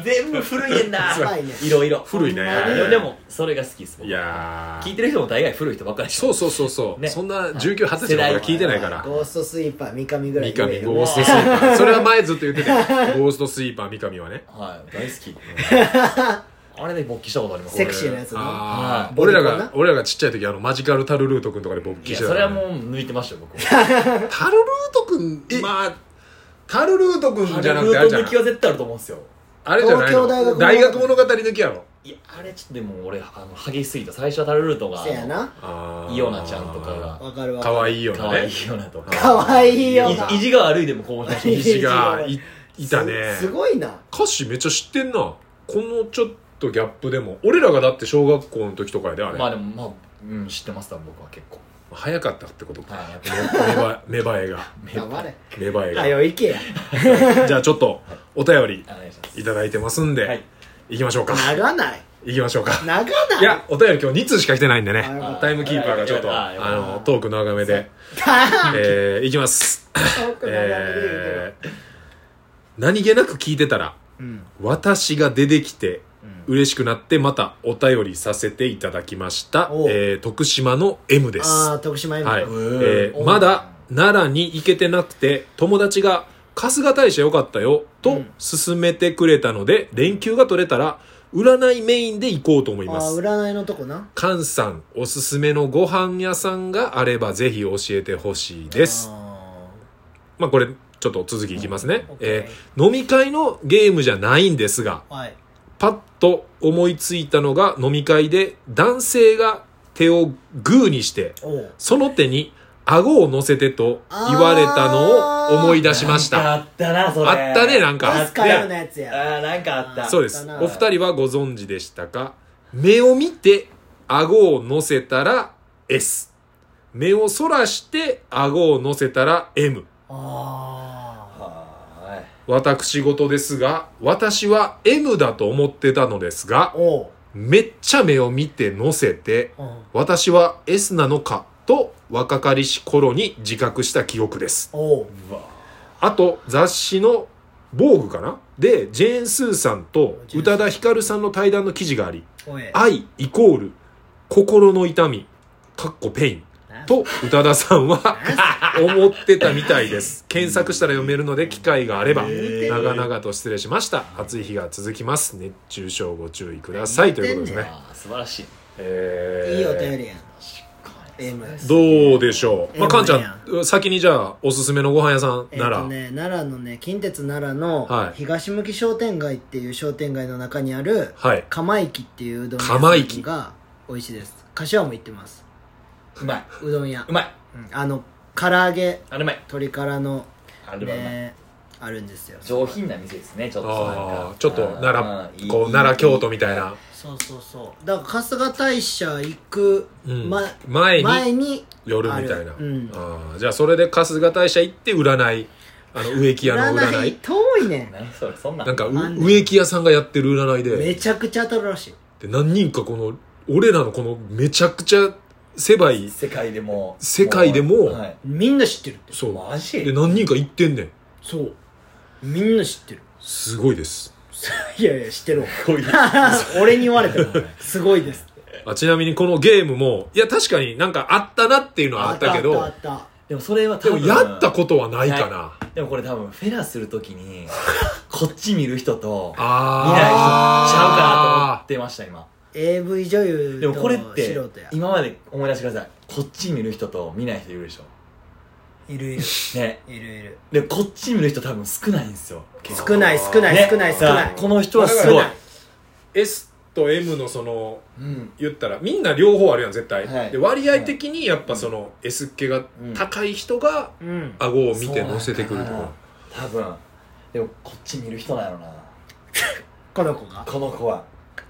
S3: 全部古いねんな
S1: やばいね
S3: いろいろ
S2: 古いね
S3: でもそれが好きっす僕
S2: いやー
S3: 聞いてる人も大概古い人ばっかりでしょ
S2: そうそうそうそう、
S3: ね
S2: そんな1920歳の子が聞いてないから
S1: ゴーストスイーパー三上ぐら
S2: 三
S1: い言え
S2: 上
S1: よ
S2: ゴーストスイーパーそれは前ずっと言ってたよゴーストスイーパー三上はね
S3: はい大好きあれで勃起したことあります
S1: セクシーなやつね
S2: ああ
S1: はい
S2: 俺ら
S1: ボディコン
S2: が
S1: な
S2: 俺らがちっちゃい時あのマジカルタルルート君とかで勃
S3: い
S2: 起
S3: や
S2: して
S3: そ
S2: た
S3: れは
S2: よね
S3: もう抜いてましたよ僕
S2: タルルート君
S3: え
S2: まあタルルート君じゃなくてあれじ
S3: ルート
S2: ゃ
S3: 抜
S2: な
S3: き
S2: い
S3: は絶対あると思うんですよ
S2: あれじゃないの
S1: 東京大学物語
S2: 大学物語抜きやろ
S3: いやあれちょっとでも俺あの激しすぎた最初はタルルートが
S1: せやな
S2: あー
S3: イオナちゃんとかが
S1: わかるわ
S2: 可
S1: い
S2: 愛いよ
S3: 可愛
S2: ね
S3: いよなとか
S1: かわいいよない
S3: 意地が悪いでも
S1: (laughs)
S3: こうしました
S1: い
S3: し
S1: い
S2: 石がいいたね
S1: すすごいな
S2: 歌詞めっちゃ知ってんなこのちょっとギャップでも俺らがだって小学校の時とかやであれ、
S3: まあでもまあうん知ってます多分僕は結構
S2: 早かったってことか
S3: はいやっぱ
S2: 芽
S1: (laughs)
S2: 生え芽生えが
S1: 黙れ
S2: 芽生えが
S1: はよ行けや
S2: じゃあちょっとお便り
S3: お願いします
S2: いただいてますんで、
S3: はい
S2: い、きましょうか
S1: ながない
S2: いきましょうか
S1: ながない
S2: いやお便り今日2通しか来てないんで
S1: あよ
S2: ね
S1: かった
S2: タイムキーパーがちょっと
S3: あ
S2: あ
S3: よかった
S2: のトーク長めで、えー、いきます、
S1: 遠くながめで言うけど
S2: えー、何気なく聞いてたら
S1: うん
S2: 私が出てきて
S1: うん
S2: 嬉しくなってまたお便りさせていただきました
S1: お、う
S2: えー、徳島の M です
S1: あ
S2: は
S1: あ徳島
S2: い、え
S1: 今
S2: ー
S3: おう
S2: まだ奈良に行けてなくて友達が春日大社よかったよ
S1: う
S2: と
S1: ん
S2: 勧めてくれたので、連休が取れたら占いメインで行こうと思いま
S1: あー
S2: す
S1: 占いのとこな
S2: 菅さんおすすめのご飯屋さんがあればぜひ教えてほしいです
S1: あ
S2: まあこれちょっと続きいきますね、
S1: ーオッケ
S2: えー飲み会のゲームじゃないんですが
S1: ーはい
S2: パッと思いついたのが飲み会で男性が手をグーにして
S1: おう
S2: その手に顎を乗せてと言われたのを思い出しまし
S3: なんか
S2: た
S3: あったなそれ
S2: あったねなんか
S1: パスカルのやつ
S3: あ
S1: や
S3: ーなんかあった
S2: そうです
S1: あったな
S2: お二人はご存知でしたか目を見て顎を乗せたら S 目をそらして顎を乗せたら M
S1: あ
S3: は
S2: 私事ですが私は M だと思ってたのです
S1: あ
S2: が
S1: おう
S2: めっちゃ目を見て乗せて
S1: うん
S2: 私は S なのかと若かりし頃に自覚した記憶です。
S1: おう
S3: ーいうわ
S2: あと雑誌の防具かなで、ジェーン・スーさんと宇多田ヒカルさんの対談の記事があり、
S1: おい
S2: 愛イコール心の痛み、かっこペインと宇多田さんは思ってたみたいです。検索したら読めるので機会があれば、
S3: へー
S2: 長々と失礼しました。暑い日が続きます。熱中症ご注意くださいということですね。
S3: あー素晴らしい
S2: えー
S1: いいお便りやん
S3: 確かに
S1: M
S2: どうでしょう、まあ、
S1: え
S2: かんち
S1: ええ
S2: ゃん、先にじゃあ、おすすめのご飯屋さん
S1: えっ
S2: なら、
S1: とね、奈良のね近鉄奈良
S2: は
S1: の
S2: い
S1: 東向き商店街っていう商店街の中にある
S2: はい。
S1: 釜池っていううどん屋
S2: 釜池
S1: さんが美味しいです柏も行ってます
S3: うまいう
S1: どん屋
S3: う、まい
S1: うんあの唐揚げ
S3: あれうまい
S1: 鶏からの
S3: あれはうまい
S1: ねあるんですよ
S3: 上品な店ですねちょっとなん
S2: あ
S3: か
S2: ーちょっと
S3: あ
S2: 奈
S3: ー
S2: 良、
S3: いい
S2: こう、奈良、京都みたいな、
S1: そうそうそうだから春日大社行く、
S2: うん
S1: ま、
S2: 前に
S1: 前に
S2: 夜みたいな。
S1: あるうん
S2: あーじゃあ、それで春日大社行って、占い、あの、植木屋の占い。
S1: 占い遠いねん
S3: 何それそんなん
S2: なんかう
S1: あんねん
S2: 植木屋さんがやってる占いで
S1: めちゃくちゃ当たるらしい
S2: で何人かこの俺らのこのめちゃくちゃ狭い
S3: 世界でも
S2: 世界でも
S3: はい
S1: みんな知ってるって
S2: そ
S3: マ
S2: うで
S3: ジ
S2: 何人か行ってんねん
S1: そうみんな知ってる
S2: すごいです
S1: いやいや知ってるわ
S3: こういう
S1: (laughs) 俺に言われてもすごいですって
S2: あちなみにこのゲームもいや確かになんかあったなっていうのはあったけど
S1: あったあっ
S3: でもそれは
S2: で
S3: 多
S2: も
S3: 分
S2: やったことはないかな、
S3: でもこれ多分フェラするとき
S2: (laughs)
S3: にこっち見る人と見ない人ち
S2: あ
S3: ゃうかなと思
S2: あ
S3: ってました今
S1: た AV 女優
S3: で
S1: と
S3: もこれっ
S1: 素
S3: て
S1: 人や
S3: 今まで思い出してくださいこっち見る人と見ない人いるでしょ
S1: いるいる
S3: ね
S1: いるいる
S3: でこっち見る人多分少ないんですよ結構
S1: 少ない少ない
S3: ね
S1: 少ない少な
S3: だ
S1: い
S3: からこの人はすごい
S1: 少ない
S2: S と M のその
S3: うん
S2: 言ったらみんな両方あるやん絶対、
S3: はい
S2: で割合的にやっぱその S 系が高い人が
S1: うん
S2: 顎を見て乗せてくると
S3: そうな
S2: か
S3: んかな多分でもこっち見る人なのな
S1: この子が
S3: この子は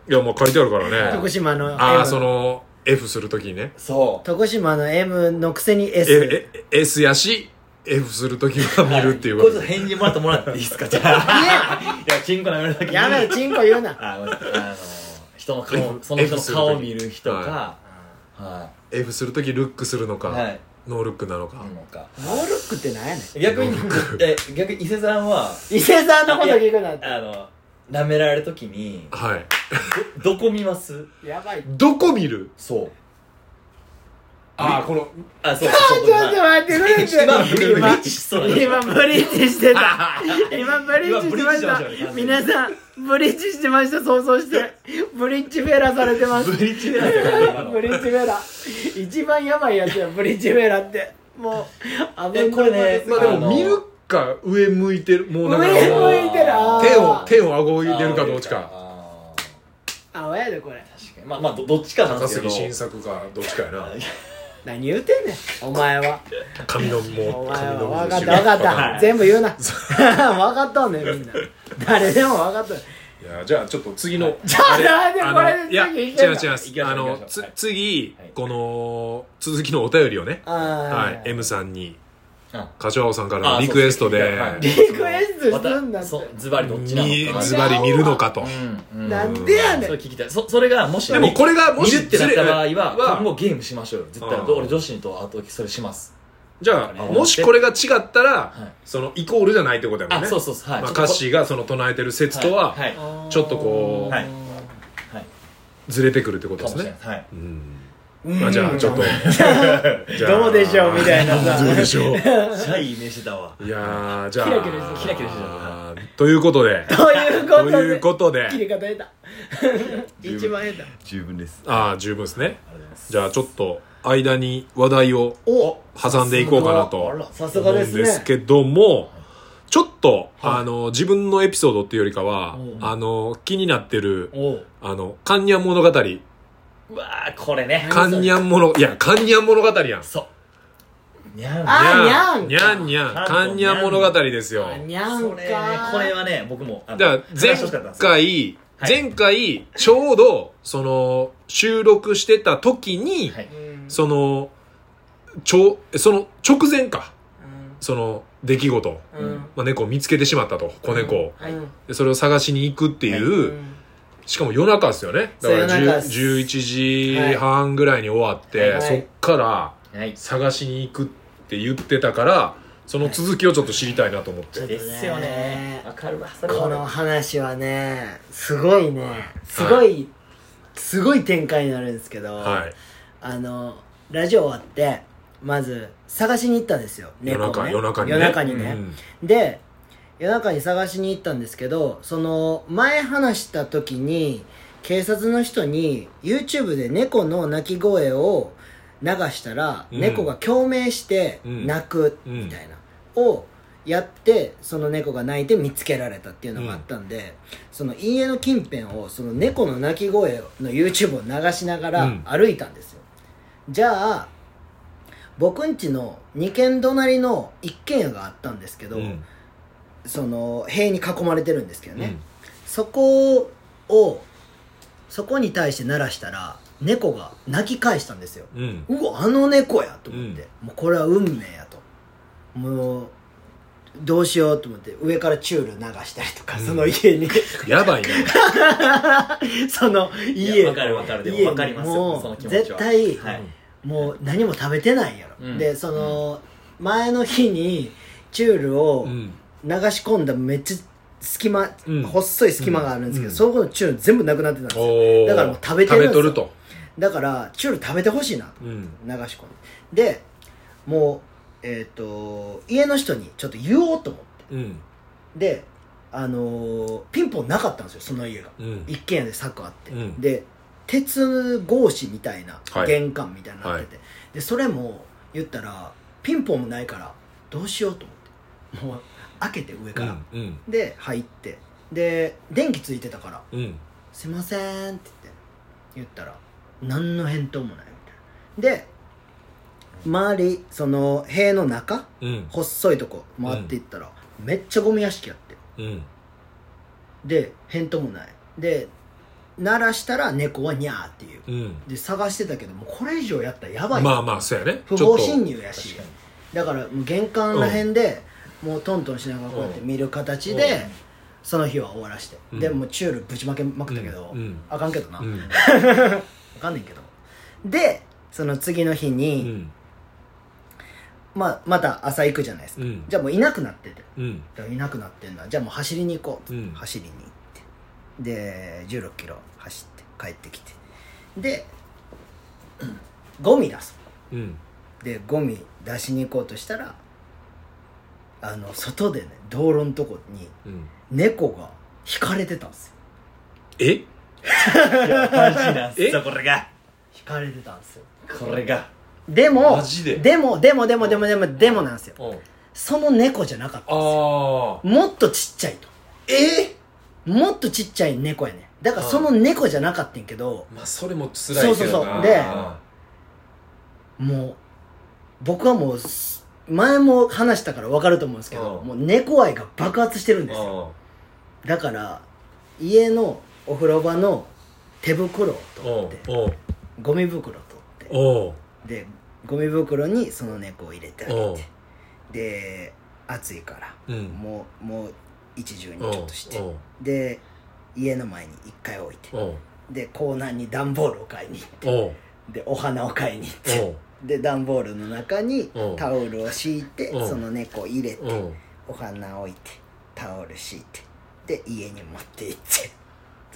S3: い
S2: やもう書いてあるからね
S1: 徳島の M
S2: ああその F するときにね
S3: そう
S1: 徳島の M のくせに S
S2: ええ S やし F するときは見るっていう
S3: こ
S2: こ
S3: い
S2: と
S3: つ返事もらってもらってい
S2: (laughs)
S3: いですかじゃあいやチンコ舐めるだけ
S1: やめろチンコ言うな
S3: あごめんなさいあの人の顔その人の顔を見る人かは
S2: F するときルックするの
S3: い
S2: か、
S3: はい
S2: ノールックなのか、
S3: なのか
S1: ノールックってなんやねん
S3: 逆にえ逆に伊勢さんは
S1: 伊勢さんのこと聞くなんて
S3: あの舐められるときに
S2: はい
S3: どどこ見ます
S1: やばい
S2: どこ見る
S3: そう
S2: ああこの
S3: あ、そう
S1: あ
S3: そうそう。
S1: ちょっと待ってくれって
S3: 今ブリッジしそうやな
S1: 今ブリッジしてた今ブリッジしてました
S3: 今ブリッジしてましたね
S1: 皆さんブリッジしてました想像してブリッジフェラされてます
S3: ブリッジフェラってなんだ今の
S1: ブリッジフェラ一番やばいやつやブリッジフェラってもう危
S3: えこれね
S2: まあでも見るか上向いてるもうだからもう
S1: 上向いてるあー
S2: 手を手を顎を入れるかどっちか
S3: あ
S1: あ親やでこれ
S3: ー確かにまあまあどどっちかなんで
S2: 高
S3: すけ
S2: 杉晋
S3: ど
S2: 作かどっちかやな
S1: 何言うてんねんお前は
S2: 髪の
S1: お
S2: もう
S1: 前
S2: 髪の
S1: は
S2: も
S1: 分かった分かっ
S3: は
S1: た
S3: い
S1: 全部言うな (laughs) 分かったねみんな誰でも分かった
S2: いやじゃあちょっと次の
S1: じゃあなんで
S2: あ
S1: こ
S2: の
S1: れ
S2: いや
S1: で
S2: 違う
S1: 次
S2: 違
S1: いけんの
S2: う
S3: 行きましょう
S2: あの
S3: 行きましょう
S2: つ
S3: はい
S2: 次
S3: はい
S2: この続きのお便りをね
S1: あ
S2: はい
S1: ー
S2: M さんに
S3: あ
S2: 柏尾さんから
S3: あ
S2: のリクエストで
S3: そう
S1: リ
S3: で
S1: クエスト
S3: ま
S1: すんだっ
S3: た
S1: て
S3: そうズバリどっちな
S2: み
S3: のかな
S2: ズバリ見るのかと
S3: うんうん
S1: なんでやね
S3: そ
S1: ん
S3: れ聞きたいそそれがもし
S2: でもこれがも
S3: 見
S2: し
S3: るってなった場合は
S2: は
S3: 今後ゲームしましょうよ絶対
S2: うん
S3: 俺女子とあとそれします
S2: じゃあ
S3: あ
S2: もしこれが違ったら
S3: はい
S2: そのイコールじゃないってことやもん
S3: あ
S2: ね
S3: そうそうそうはい
S2: まあ
S3: ちょっ
S2: 歌
S3: と
S2: 詞がその唱えてる説と
S3: は
S2: はい
S3: はい
S2: ちょっとこう
S3: はいはい
S2: ずれてくるってこと
S3: か
S2: で
S3: も
S2: す
S3: しれ
S2: ね
S3: ないはい
S2: うん
S1: うん
S2: まあじゃあちょっと (laughs) じゃあ
S1: どうでしょうみたいなさ
S2: どうでしょう
S3: (laughs) シャイいい目してたわ
S2: いやーじゃあ
S1: キラキラして
S3: キラキラしてたな
S2: ということで
S1: ということで
S2: ということで
S1: 切り方得た一番得た
S3: 十分です
S2: ああ十分ですね
S3: ありがとうございます
S2: じゃあちょっと間に話題を
S1: お
S2: 挟んでいこうかなと
S3: あら
S1: さす
S2: 思
S1: が
S2: う
S1: で
S2: ん
S1: す
S2: です
S1: ね
S2: けどもちょっと、
S3: はい
S2: あの自分のエピソードっていうよりかは、
S3: うん
S2: あの気になってる
S3: おう
S2: あの「カンニャン物語」
S3: うわーこれね
S2: 「カンニャン物」いや「カンニャン物語」やん
S3: そうにゃん
S1: あ
S2: にゃんにゃんカンニャン物語ですよ
S1: あにゃんか
S3: それねこれはね僕もあの
S2: だから前
S3: 話してほしかったんですよ
S2: 回、
S3: はい
S2: 前回ちょうどその収録してた時に、
S3: はい
S1: うん
S2: そのちょその直前か
S1: うん
S2: その出来事、
S1: うん
S2: まあ、猫を見つけてしまったと子猫を、
S1: うんうん
S2: でそれを探しに行くっていう、しかも夜中ですよねだから
S1: そう夜中です
S2: 10 11時半ぐらいに終わって、
S1: はい
S2: そっから
S3: はい
S2: 探しに行くって言ってたからその続きをちょっと知りたいなと思って、
S1: はい
S3: ですよねわかるわそれは
S1: この話はねすごいねすごいすごい展開になるんですけど
S2: はい
S1: あのラジオ終わってまず探しに行ったんですよ
S2: 夜
S1: 猫を
S2: 中
S1: ね
S2: 夜中にね
S1: 夜中に
S2: う
S1: ね
S2: ん
S1: で夜中に探しに行ったんですけどその前話した時に警察の人に YouTube で猫の鳴き声を流したら、
S2: うん
S1: 猫が共鳴して
S2: うん
S1: 泣くみたいな、をやってその猫が泣いて見つけられたっていうのがあったんで、その家の近辺をその猫の鳴き声の YouTube を流しなが
S2: う
S1: ら
S2: ん
S1: 歩いたんですよ、じゃあ僕んちの2軒隣の一軒家があったんですけど、
S2: うん
S1: その塀に囲まれてるんですけどね、
S2: うん
S1: そこをそこに対して鳴らしたら猫が泣き返したんですよ
S2: うん
S1: うわあの猫やと思って、もうこれは運命やともうどうしようと思って上からチュール流したりとか、
S2: うん
S1: その家
S2: (laughs)
S1: に
S2: やばいね
S1: その
S3: い
S1: 家
S3: やわかるわかるで
S1: 家
S3: も
S1: に
S3: わかります
S1: も
S3: よ
S1: う
S3: その気持ち
S1: 絶
S3: は
S1: 対、
S3: はい
S1: もう何も食べてないやろ、
S3: うん
S1: でその前の日にチュールを、
S2: うん
S1: 流し込んだめっちゃ隙間、
S2: うん
S1: 細い隙間があるんですけど、
S2: うん
S1: そこのチュール全部なくなってたんですよ
S2: おー
S1: だからもう食べてるんですよ
S2: 食べとると
S1: だからチュール食べてほしいなと
S2: うん
S1: 流し込んででもうえっ、と家の人にちょっと言おうと思って
S2: うん
S1: であのーピンポンなかったんですよその家が
S2: うん
S1: 一軒家で柵あって、
S2: うん
S1: で鉄格子みたいな
S2: はい
S1: 玄関みたいになってて、でそれも言ったらピンポンもないからどうしようと思ってもう開けて上から、
S2: うん
S1: で入ってで電気ついてたから
S2: うんうん
S1: 「すいません」って言って言ったら何の返答もないみたいなで周りその塀の中
S2: うん
S1: 細いとこ回っていったら、めっちゃゴミ屋敷やって
S2: うん
S1: で返答もないで鳴らしたら猫はニャーっていう
S2: うん
S1: で探してたけどもうこれ以上やったらやばい、
S2: まあまあそうやね
S1: 不
S2: ちょ
S1: 法
S2: っと
S1: 侵入やし
S3: 確かに
S1: だからもう玄関らへんで、もうトントンしながらこうやって見る形で、
S3: うん
S1: その日は終わらして、
S2: うん
S1: でもうチュールぶちまけまくったけど、
S2: うんうん
S1: あかんけどな、
S2: う
S1: わ
S2: ん
S1: かんねんけどでその次の日
S2: う
S1: に、
S2: ん
S1: まあ、また朝行くじゃないですか、
S2: うん
S1: じゃあもういなくなってて
S2: うん
S1: だからいなくなってんなじゃあもう走りに行こうっつって、
S2: うん
S1: 走りに行ってで1 6キロ走って帰ってきてで、うんゴミ出そう
S2: うん
S1: でゴミ出しに行こうとしたらあの外でね道路のとこに
S2: うん
S1: 猫が引かれてたんですよ
S2: え
S3: いやマジなんすよ
S2: え
S3: これが
S1: 引かれてたんですよ
S3: これが
S1: でも
S2: マジで
S1: もでもでもでもでもでもなんですよ
S2: うん
S1: その猫じゃなかったんですよ
S2: ああ
S1: もっとちっちゃいと
S2: え
S1: もっとちっちゃい猫やねだから
S2: うん
S1: その猫じゃなかったんやけど
S2: まあそれも辛いけどな
S1: そうそうそうでもう僕はもうす前も話したから分かると思うんですけど
S2: うん
S1: もう猫愛が爆発してるんですよ
S2: う
S1: だから家のお風呂場の手袋を取
S2: ん
S1: って
S2: うん
S1: ゴミ袋を取って
S2: うん
S1: でゴミ袋にその猫を入れてあげ
S2: うん
S1: てで暑いから
S2: うん
S1: もうもう一重に
S2: うん
S1: ちょっとして
S2: うん
S1: で家の前に一回置いて
S2: うん
S1: でコーナーに段ボールを買いに行って
S2: うん
S1: でお花を買いに行って
S2: うん
S1: で段ボールの中に
S2: うん
S1: タオルを敷いて
S2: うん
S1: その猫を入れて
S2: うん
S1: お花を置いてタオル敷いてで家に持って行って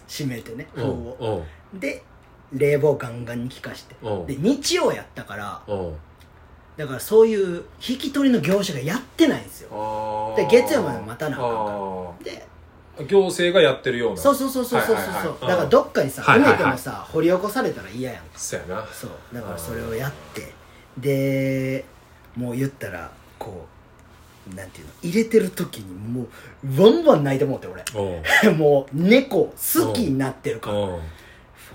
S1: 閉めてね
S2: う
S1: 封
S2: ん
S1: を
S2: うん
S1: で冷房ガンガンに効かして
S2: うん
S1: で日曜やったから
S2: うん
S1: だからそういう引き取りの業者がやってないんですよ
S2: あ
S1: で
S2: ー
S1: 月曜まで待たなあかんから
S2: あ
S1: で
S2: ー行政がやってるような
S1: そうそうそうそうそうそう
S2: はいはいはいうん
S1: だからどっかにさ
S2: は
S1: 埋
S2: いはいは
S1: め
S2: い
S1: てもさ、掘り起こされたら嫌やん
S2: そうやな
S1: そうだからそれをやってでもう言ったらこうなんていうの入れてる時にもうワンワン泣いてもうて俺 (laughs)
S2: うん
S1: もう猫好きになってるから
S2: うん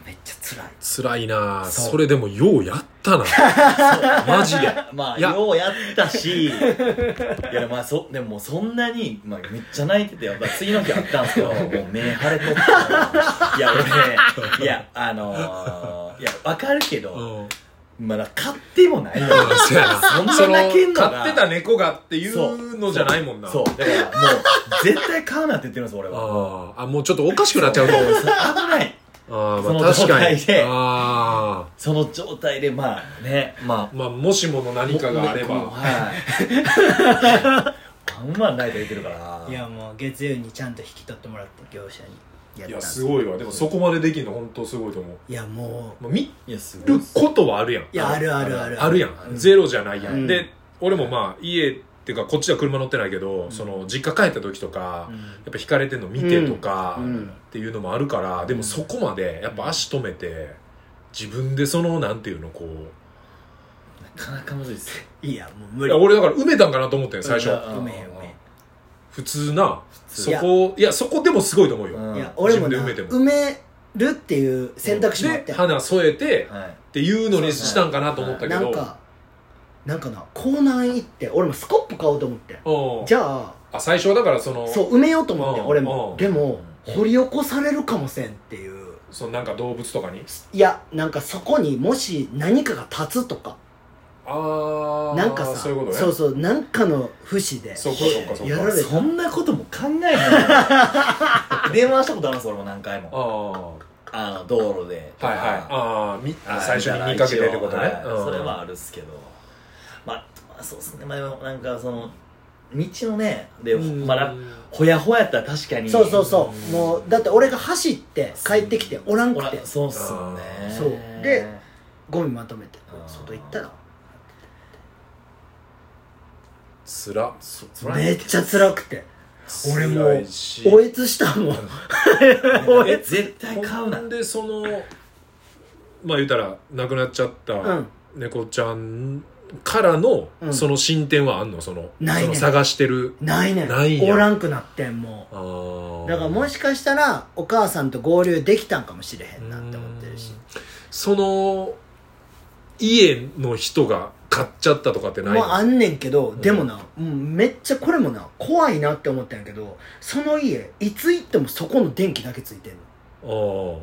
S1: めっちゃ辛い
S2: 辛いなあ
S1: そう
S2: それでもようやっ
S1: (laughs)
S2: たなマジで
S3: (laughs) まあ
S2: いや
S3: ようやった
S2: (laughs)
S3: しいやまあそでももうそんなに、まあ、めっちゃ泣いててやっぱ次の日あったんですけ
S2: (laughs)
S3: どもう目腫れとったいや俺いやあのー、いやわかるけど、
S2: うん
S3: まだ買ってもないのに
S2: そうやな
S3: そんな泣けん
S2: そ
S3: のが
S2: の飼ってた猫がっていうのじゃないもんな
S3: そうだからもう絶対買うなって言ってるんです俺は
S2: あーあもうちょっとおかしくなっちゃうと思う
S3: そう危ない
S2: あー
S3: その
S2: まあ確かに
S3: 状態で
S2: あ
S3: その状態でまあねま
S2: ーまあもしもの
S3: あ
S2: 何かがあれ
S3: もう
S2: ば
S3: はい (laughs) まんまんないと言ってるから
S1: いやもう月曜にちゃんと引き取ってもらって業者にやったん
S2: いや
S1: です
S2: すごいわでもそこまでできるの本当すごいと思う
S1: いやも
S2: まあ見
S3: いやすごい
S2: る
S3: っす
S2: ことはあるやん
S1: ういやあるあるある
S2: あるやんゼロじゃないやん、
S1: うん
S2: で俺もまあ家っていうかこっちは車乗ってないけど、その実家帰った時とか、
S1: うん
S2: やっぱ引かれてんの見てとか、
S1: うんうん
S2: っていうのもあるからでもそこまでやっぱ足止めて自分でそのなんていうのこう
S3: なかなかむずいっす
S1: いやもう無
S2: い
S1: 理
S2: や俺だから埋めたんかなと思ってん最初、
S3: うん
S1: うめえうめえ
S2: 普通な
S3: 通
S2: そこいやそこでもすごいと思うよ、
S3: うん
S1: いや俺もな
S2: 自分で埋めても
S1: 埋めるっていう選択肢もあって
S2: で花添えて
S3: はい
S2: っていうのにしたんかなと思ったけど、
S1: なんかなんかな港南行って俺もスコップ買おうと思って
S2: うん
S1: じゃあ
S2: あ最初はだからその
S1: そう埋めようと思って
S2: うん
S1: 俺も
S2: うん
S1: でも掘り起こされるかもせんっていう
S2: そのなんか動物とかに
S1: いやなんかそこにもし何かが立つとか
S2: ああ
S1: なんかさ
S2: そういうことね
S1: そうそうなんかの節で
S2: そうかそうかそうか
S1: やられ
S3: そんなことも考えない (laughs) 電話したことあるんです俺も何回も
S2: あ
S3: あの道路で
S2: あはいはいああみ
S3: あ
S2: 最初に見かけてってことね、
S3: はい
S2: うん
S3: それはあるっすけどまあまあそうっすねまあでもなんかその道のねで
S2: うん
S3: まだほやほややったら確かに
S1: そうそうそうもうだって俺が走って帰ってきておらん
S3: ほ
S1: く
S3: ら
S1: て
S3: そうっすよね
S2: あー
S1: そうでゴミまとめて
S3: あー
S1: 外行ったら
S2: つら
S3: そそら
S1: めっちゃ辛くて俺も
S2: 辛いし
S1: おえつしたもんお
S3: え
S1: えつ
S3: 絶対買うな
S2: ほんでそのまあ言うたら亡くなっちゃっ
S1: う
S2: た
S1: ん
S2: 猫ちゃんからの、
S1: うん
S2: その進展はあんのその
S1: ないね
S2: その探してる
S1: ないね
S2: ないん
S1: ん
S2: や
S1: おらんくなってんもう
S2: あー
S1: だからもしかしたらお母さんと合流できたんかもしれへんなって思ってるし
S2: その家の人が買っちゃったとかってない
S1: もうあ
S2: の
S1: んねんけどでもな、うんめっちゃこれもな怖いなって思ったんやけどその家いつ行ってもそこの電気だけついてんの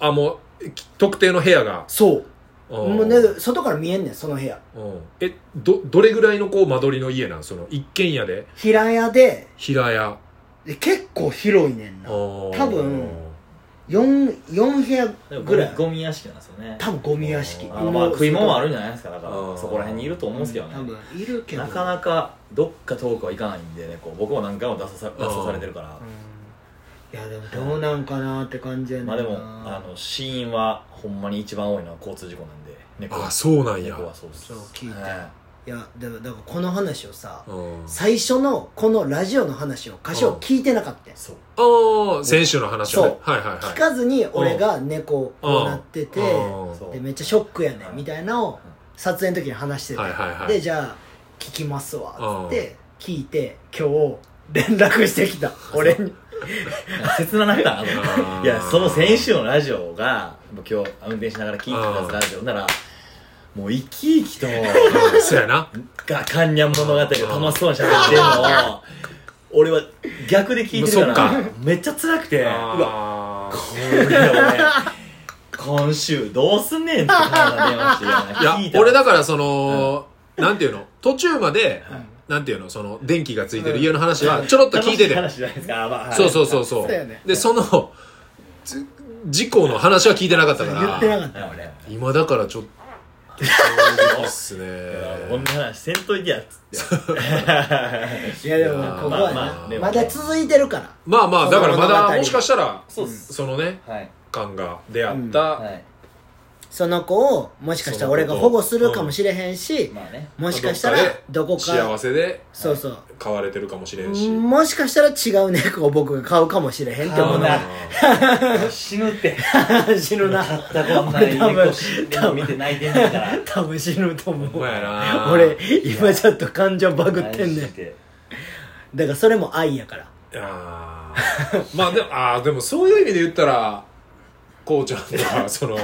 S2: あーあもうき特定の部屋が
S1: そう
S2: あー
S1: もうね外から見えんねんその部屋
S2: うんえどどれぐらいのこう間取りの家なんその一軒家で
S1: 平屋で
S2: 平屋
S1: で結構広いねんな
S2: 多
S1: 多分 4, 四部屋
S3: でもゴ
S1: ぐ
S3: ミ
S1: らい
S3: ゴミ屋敷なんですよね
S1: 多分ゴミ屋敷
S3: あのまあ食い物はあるんじゃないですかだから
S2: うん
S3: そこら辺にいると思うんですけどね
S1: 多分いるけど
S3: なかなかどっか遠くはいかないんでねこう僕も何回も出ささ出さされてるから
S1: うんいやでもどうなんかなって感じやねん
S3: ま
S1: な
S3: あでもあの死因はほんまに一番多いのは交通事故なんで猫
S2: あそうなんや
S3: 猫はそうです
S1: そう聞いた
S3: はい
S1: やでもだからこの話をさ
S2: うん
S1: 最初のこのラジオの話を歌詞を聞いてなかったよ
S3: い、そう
S2: ああ選手の話をね
S1: そ
S2: はいはいはい
S1: 聞かずに俺が猫こうなってて
S2: うん
S3: そう
S1: でめっちゃショックやねんみたいなのを撮影の時に話してて、
S2: はいはいはい
S1: でじゃあ聞きますわっつって聞いて今日連絡してきた俺に
S3: 切なかったなと
S2: あー
S3: いやその先週のラジオがもう今日運転しながら聞いてたラジオならもう生き生きと
S2: うんそうやな
S3: が「カンニャン物語」を楽しそうに喋ってるのを俺は逆で聞いてるから
S2: そっ
S3: めっちゃ辛くてうわ
S2: あ
S3: こ
S2: ー
S3: れ俺今週どうすんねんって電話してい
S2: い
S3: や聞い
S2: や
S3: た
S2: 俺だからそのなんていうの途中まで
S1: い
S2: なんていうのその電気がついてる家の話はちょろっと聞いてて
S3: 楽し話じゃないですかあまあはい
S2: そうそうそうそ
S1: そううやね
S2: でそのつ事故の話は聞いてなかったか
S1: 言ってな
S2: ら
S1: かった
S3: はい俺
S2: 今だからちょっとそうですね
S3: こんな話せんといてやっつって
S1: いやでもここはね、ま
S3: まあまあでも
S1: だ続いてるから
S2: まあまあだからま
S1: 物語
S2: だもしかしたら
S3: そうっす
S2: そのね
S3: はい
S2: 感が出会った
S3: い
S1: その子をもしかしたら俺が保護するかもしれへんし、
S3: まあね
S1: もしかしたらどこか
S2: 幸せで
S1: そうそう
S2: 買われてるかもしれんし
S1: もしかしたら違う猫を僕が買うかもしれへんって思う
S3: 買
S1: な
S3: う死ぬって
S1: (laughs) 死ぬな
S3: 買ったこんなに猫死んでも見て泣いてんねん (laughs) から
S1: 多分死ぬと思う
S2: ほんまやな
S1: 俺今ちょっと感情バグってんね
S3: マ
S1: ん
S3: ジで
S1: だからそれも愛やから
S2: あーまあでもあーでもそういう意味で言ったらこうちゃん
S1: (laughs)
S2: とかその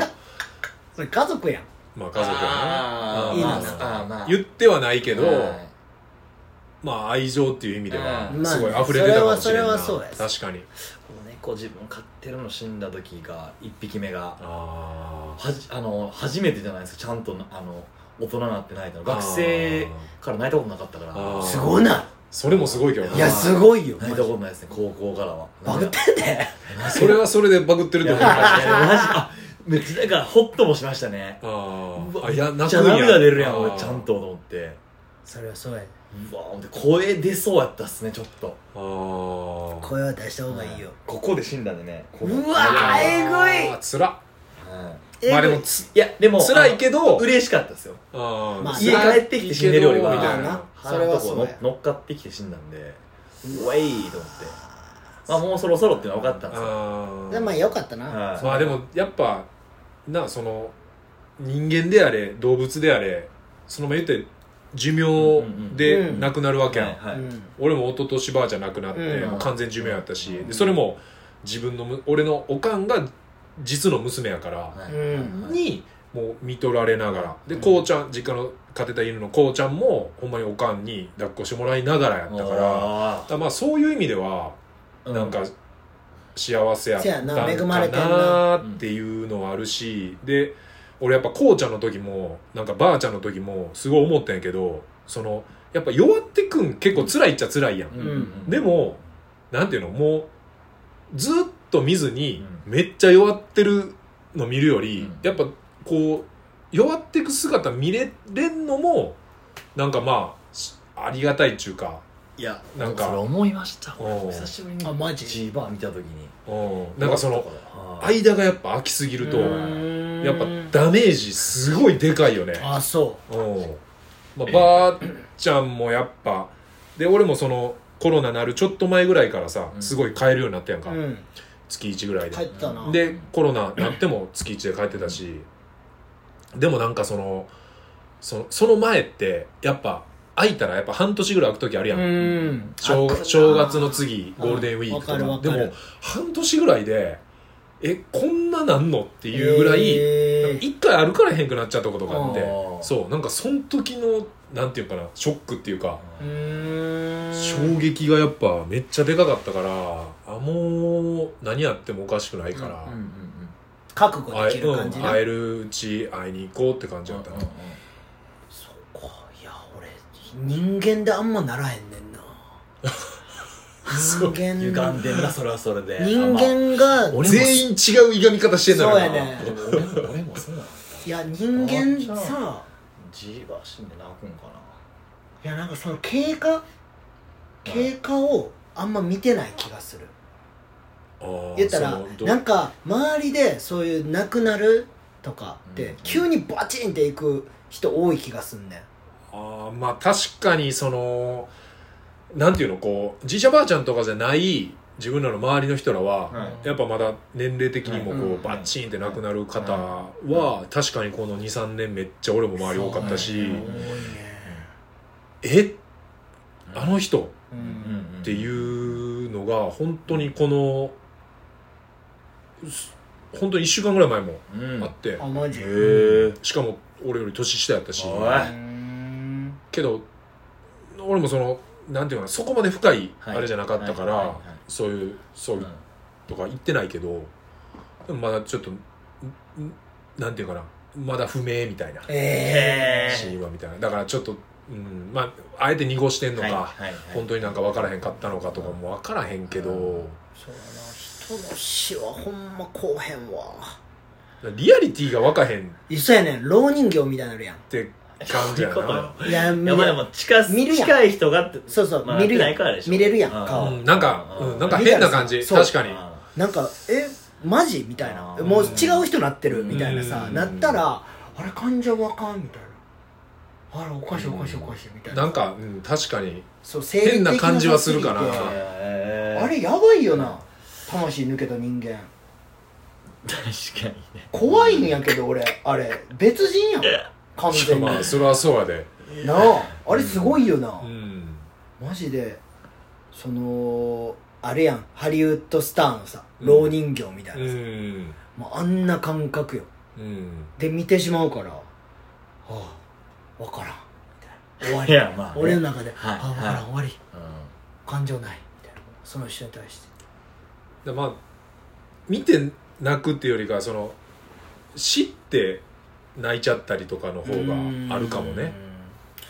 S1: それ家族やん
S2: まあ家族
S3: あ
S2: は
S1: ー
S2: ね
S1: まあ
S3: まあまあ
S2: 言ってはないけど、
S3: はい
S2: まあ愛情っていう意味では
S3: うん
S2: すごい溢れてたかもしれんな、
S1: まあそれはそれはそうや
S2: 確かに
S3: 猫自分飼ってるの死んだ時が一匹目が
S2: あ
S3: はじあの初めてじゃないですかちゃんとなあの大人になって泣いたの
S2: ー
S3: 学生から泣いたことなかったか
S2: あー
S3: ら
S1: すごな
S2: それもすごいけどない
S1: やすごいよ
S3: 泣いたことないですね高校からは
S1: バグってんね
S2: それはそれでバグってる
S3: い
S2: と
S3: や
S2: 思う
S3: マジ
S2: あ
S3: あめっちゃだからホッともしましたね
S2: ー
S3: うわ
S2: あいや
S3: めっ
S2: 泣
S3: ち
S2: く
S3: ゃ
S2: んや
S3: 涙出るやん俺
S2: あー
S3: ちゃんとと思って
S1: それはそうや
S3: うわほんで声出そうやったっすねちょっと
S2: あー
S1: 声は出した方がいいよ
S3: ここで死んだんでねこ
S1: う
S3: の
S1: わえ
S2: あーつら
S3: は
S1: ぐい
S2: まあでも
S1: え
S2: つ
S3: いいやでも
S2: 辛いけど
S3: 嬉しかったですよ
S2: あー
S1: まあ
S2: 辛
S3: 家
S2: い
S3: 帰ってきて死んでるよりは
S2: け
S3: み
S2: ど
S3: た
S2: みた
S3: い
S2: い
S3: な
S2: な
S1: それはそうや
S3: 腹のとこ乗っかってきて死んだんでうわいと思ってまあもうそろそろっていうのは分かったんですよ
S2: あ
S1: ぐ
S2: ー
S1: でまあよかったな
S3: はい
S2: まあでもやっぱなその人間であれ動物であれそのまま言って寿命で亡くなるわけやん、
S3: はいは
S1: う
S3: い
S1: ん
S2: 俺も一昨年ばあちゃん亡くなって、
S1: うん
S2: もう完全寿命やったし、
S3: うん
S2: でそれも自分のむ俺のおかんが実の娘やから、
S3: はい
S1: うん
S3: はい
S2: にもう見とられながらで
S3: うん
S2: こうちゃん実家の飼ってた犬のこうちゃんもほんまにおかんに抱っこしてもらいながらやったからだか
S3: あ
S2: らまあそういう意味では
S3: ー
S2: なんか幸せやったん
S1: せやな恵
S2: か
S1: まれてん
S2: な
S1: な
S2: っていうのはあるし、で俺やっぱこうちゃんの時もなんかばあちゃんの時もすごい思ったんやけどそのやっぱ弱ってくん結構辛いっちゃ辛いやん、
S3: うんうん
S2: でもなんていうのもうずっと見ずに
S3: う
S2: めっちゃ弱ってるの見るより、
S3: うん
S2: やっぱこう弱ってく姿見れれんのもなんかまあしありがたいっちゅうか
S3: いや
S2: なんか
S3: それ思いました
S2: うん
S3: 久しぶりに
S1: あマジ
S3: ジーバー見た時に
S2: うんなんかその
S3: はい
S2: 間がやっぱ空きすぎると
S1: うーん
S2: やっぱダメージすごいでかいよね
S1: あそ
S2: うんまあ、ばあちゃんもやっぱで俺もそのコロナなるちょっと前ぐらいからさ
S3: うん
S2: すごい買えるようになったやん
S1: う
S2: か、
S1: うん
S2: 月1ぐらいで
S1: 帰ってたな
S2: でコロナなっても月1で帰ってたしでもなんかそのそのその前ってやっぱ空いたらやっぱ半年ぐらい空く時あるやん、
S1: うん
S2: 正
S1: あ
S2: 正月の次ゴールデンウィーク
S1: わかる
S2: と
S1: わ
S2: か
S1: かる
S2: でも半年ぐらいでえこんななんのっていうぐらい、
S1: えー
S2: 一回歩かれへんくなっちゃったことがあって
S3: あー
S2: そうなんかその時のなんていうかなショックっていうか
S1: うーん
S2: 衝撃がやっぱめっちゃでかかったからあもう何やってもおかしくないから、
S3: うんうんうん
S1: 覚悟で
S2: 会
S1: き
S2: え
S1: る
S2: う
S1: 感
S2: ん
S1: じな
S2: 会えるうち会いに行こうって感じだったな、
S1: そうかいや俺人間であんまならへんねんな人間
S3: 歪んでんなそれはそれで
S1: 人間が
S3: 俺も
S2: 全員違ういがみ方してんだろ
S1: そう
S2: な
S1: やね
S3: あまあでも俺俺もそうなの
S1: いや人間
S3: あそう
S1: さ
S3: ジーバー死んで泣くんか
S1: いやなんかその経過経過をあんま見てない気がする
S2: あー
S1: 言った
S2: そ
S1: ら
S2: のど
S1: なんか周りでそういう亡くなるとかって、
S3: うん
S1: 急にバチンっていく人多い気がすんねん
S2: あーまあ確かにそのなんていうのこうじいちゃんばあちゃんとかじゃない自分らの周りの人らは、
S3: はい
S2: やっぱまだ年齢的にもこう、
S1: うん
S2: バッチンって亡くなる方は、
S3: う
S2: 確かにこの23年めっちゃ俺も周り多かったし、
S1: そうね多いね
S2: えあの人
S1: う
S3: うん
S1: ん
S2: っていうのが本当にこのす本当に1週間ぐらい前も
S3: うんうん
S2: あって、
S1: あマジ
S3: へ
S1: う
S3: え
S2: しかも俺より年下やったし
S3: おい
S1: ーん
S2: けど俺もそのなんていうかなそこまで深い
S3: はい
S2: あれじゃなかったから、
S3: はいはいはい
S2: そういう葬儀とか行ってないけどでもまだちょっとんんなんていうかなまだ不明みたいな
S1: え
S3: え
S2: シーンはみたいなだからちょっと、うんまあ、あえて濁してんのか、本当になんか分からへんかったのかとかも分からへんけど、
S3: うん
S1: ー、そうやな人の死はほんまこうへんわ
S2: リアリティが分かへんっ
S1: いやそうやねん蝋人形みたいなのあるやん
S2: て感じや
S3: そういうこと
S2: な
S3: よ。
S1: いや
S3: やばいでも近す
S1: 見るやん
S3: 近い人がって
S1: そうそう
S3: まあ
S1: 見るやん
S3: 会ってないからでしょ
S1: 見れるやん
S3: うん
S1: 顔
S2: うん、なんか、
S3: うん
S2: うん、なんか変な感じ
S1: そう
S2: 確かに
S3: あ
S1: なんかえマジみたいな
S3: あー
S1: もう違う人なってるみたいなさ
S2: うん
S1: なったらあれ患者わかんみたいなあれおかしいおかしいおかしいみたいな
S2: なんか、うん、確かに
S1: そう生理的
S2: 変な感じはするかな
S1: さすぎ
S3: ー
S1: て
S3: へー
S1: あれやばいよな魂抜けた人間
S3: 確かにね
S1: 怖いんやけど俺あれ別人やん完全に
S2: まあそれはそうやで、
S1: なああれすごいよな、
S2: うん、
S1: マジでそのあれやんハリウッドスターのさ蝋人形みたいなさ、
S2: うん
S1: もうあんな感覚よ
S2: うん
S1: で見てしまうからはあ分からんみた
S2: (laughs)
S1: いな終
S3: い
S1: わり
S3: やまあね
S1: 俺の中で、
S3: はい
S1: あ分からん、
S3: はい
S1: 終わり
S3: うん
S1: 感情ないみたいなその人に対して
S2: でまあ見て泣くっていうよりかはその知って泣いちゃったりとかの方があるかもね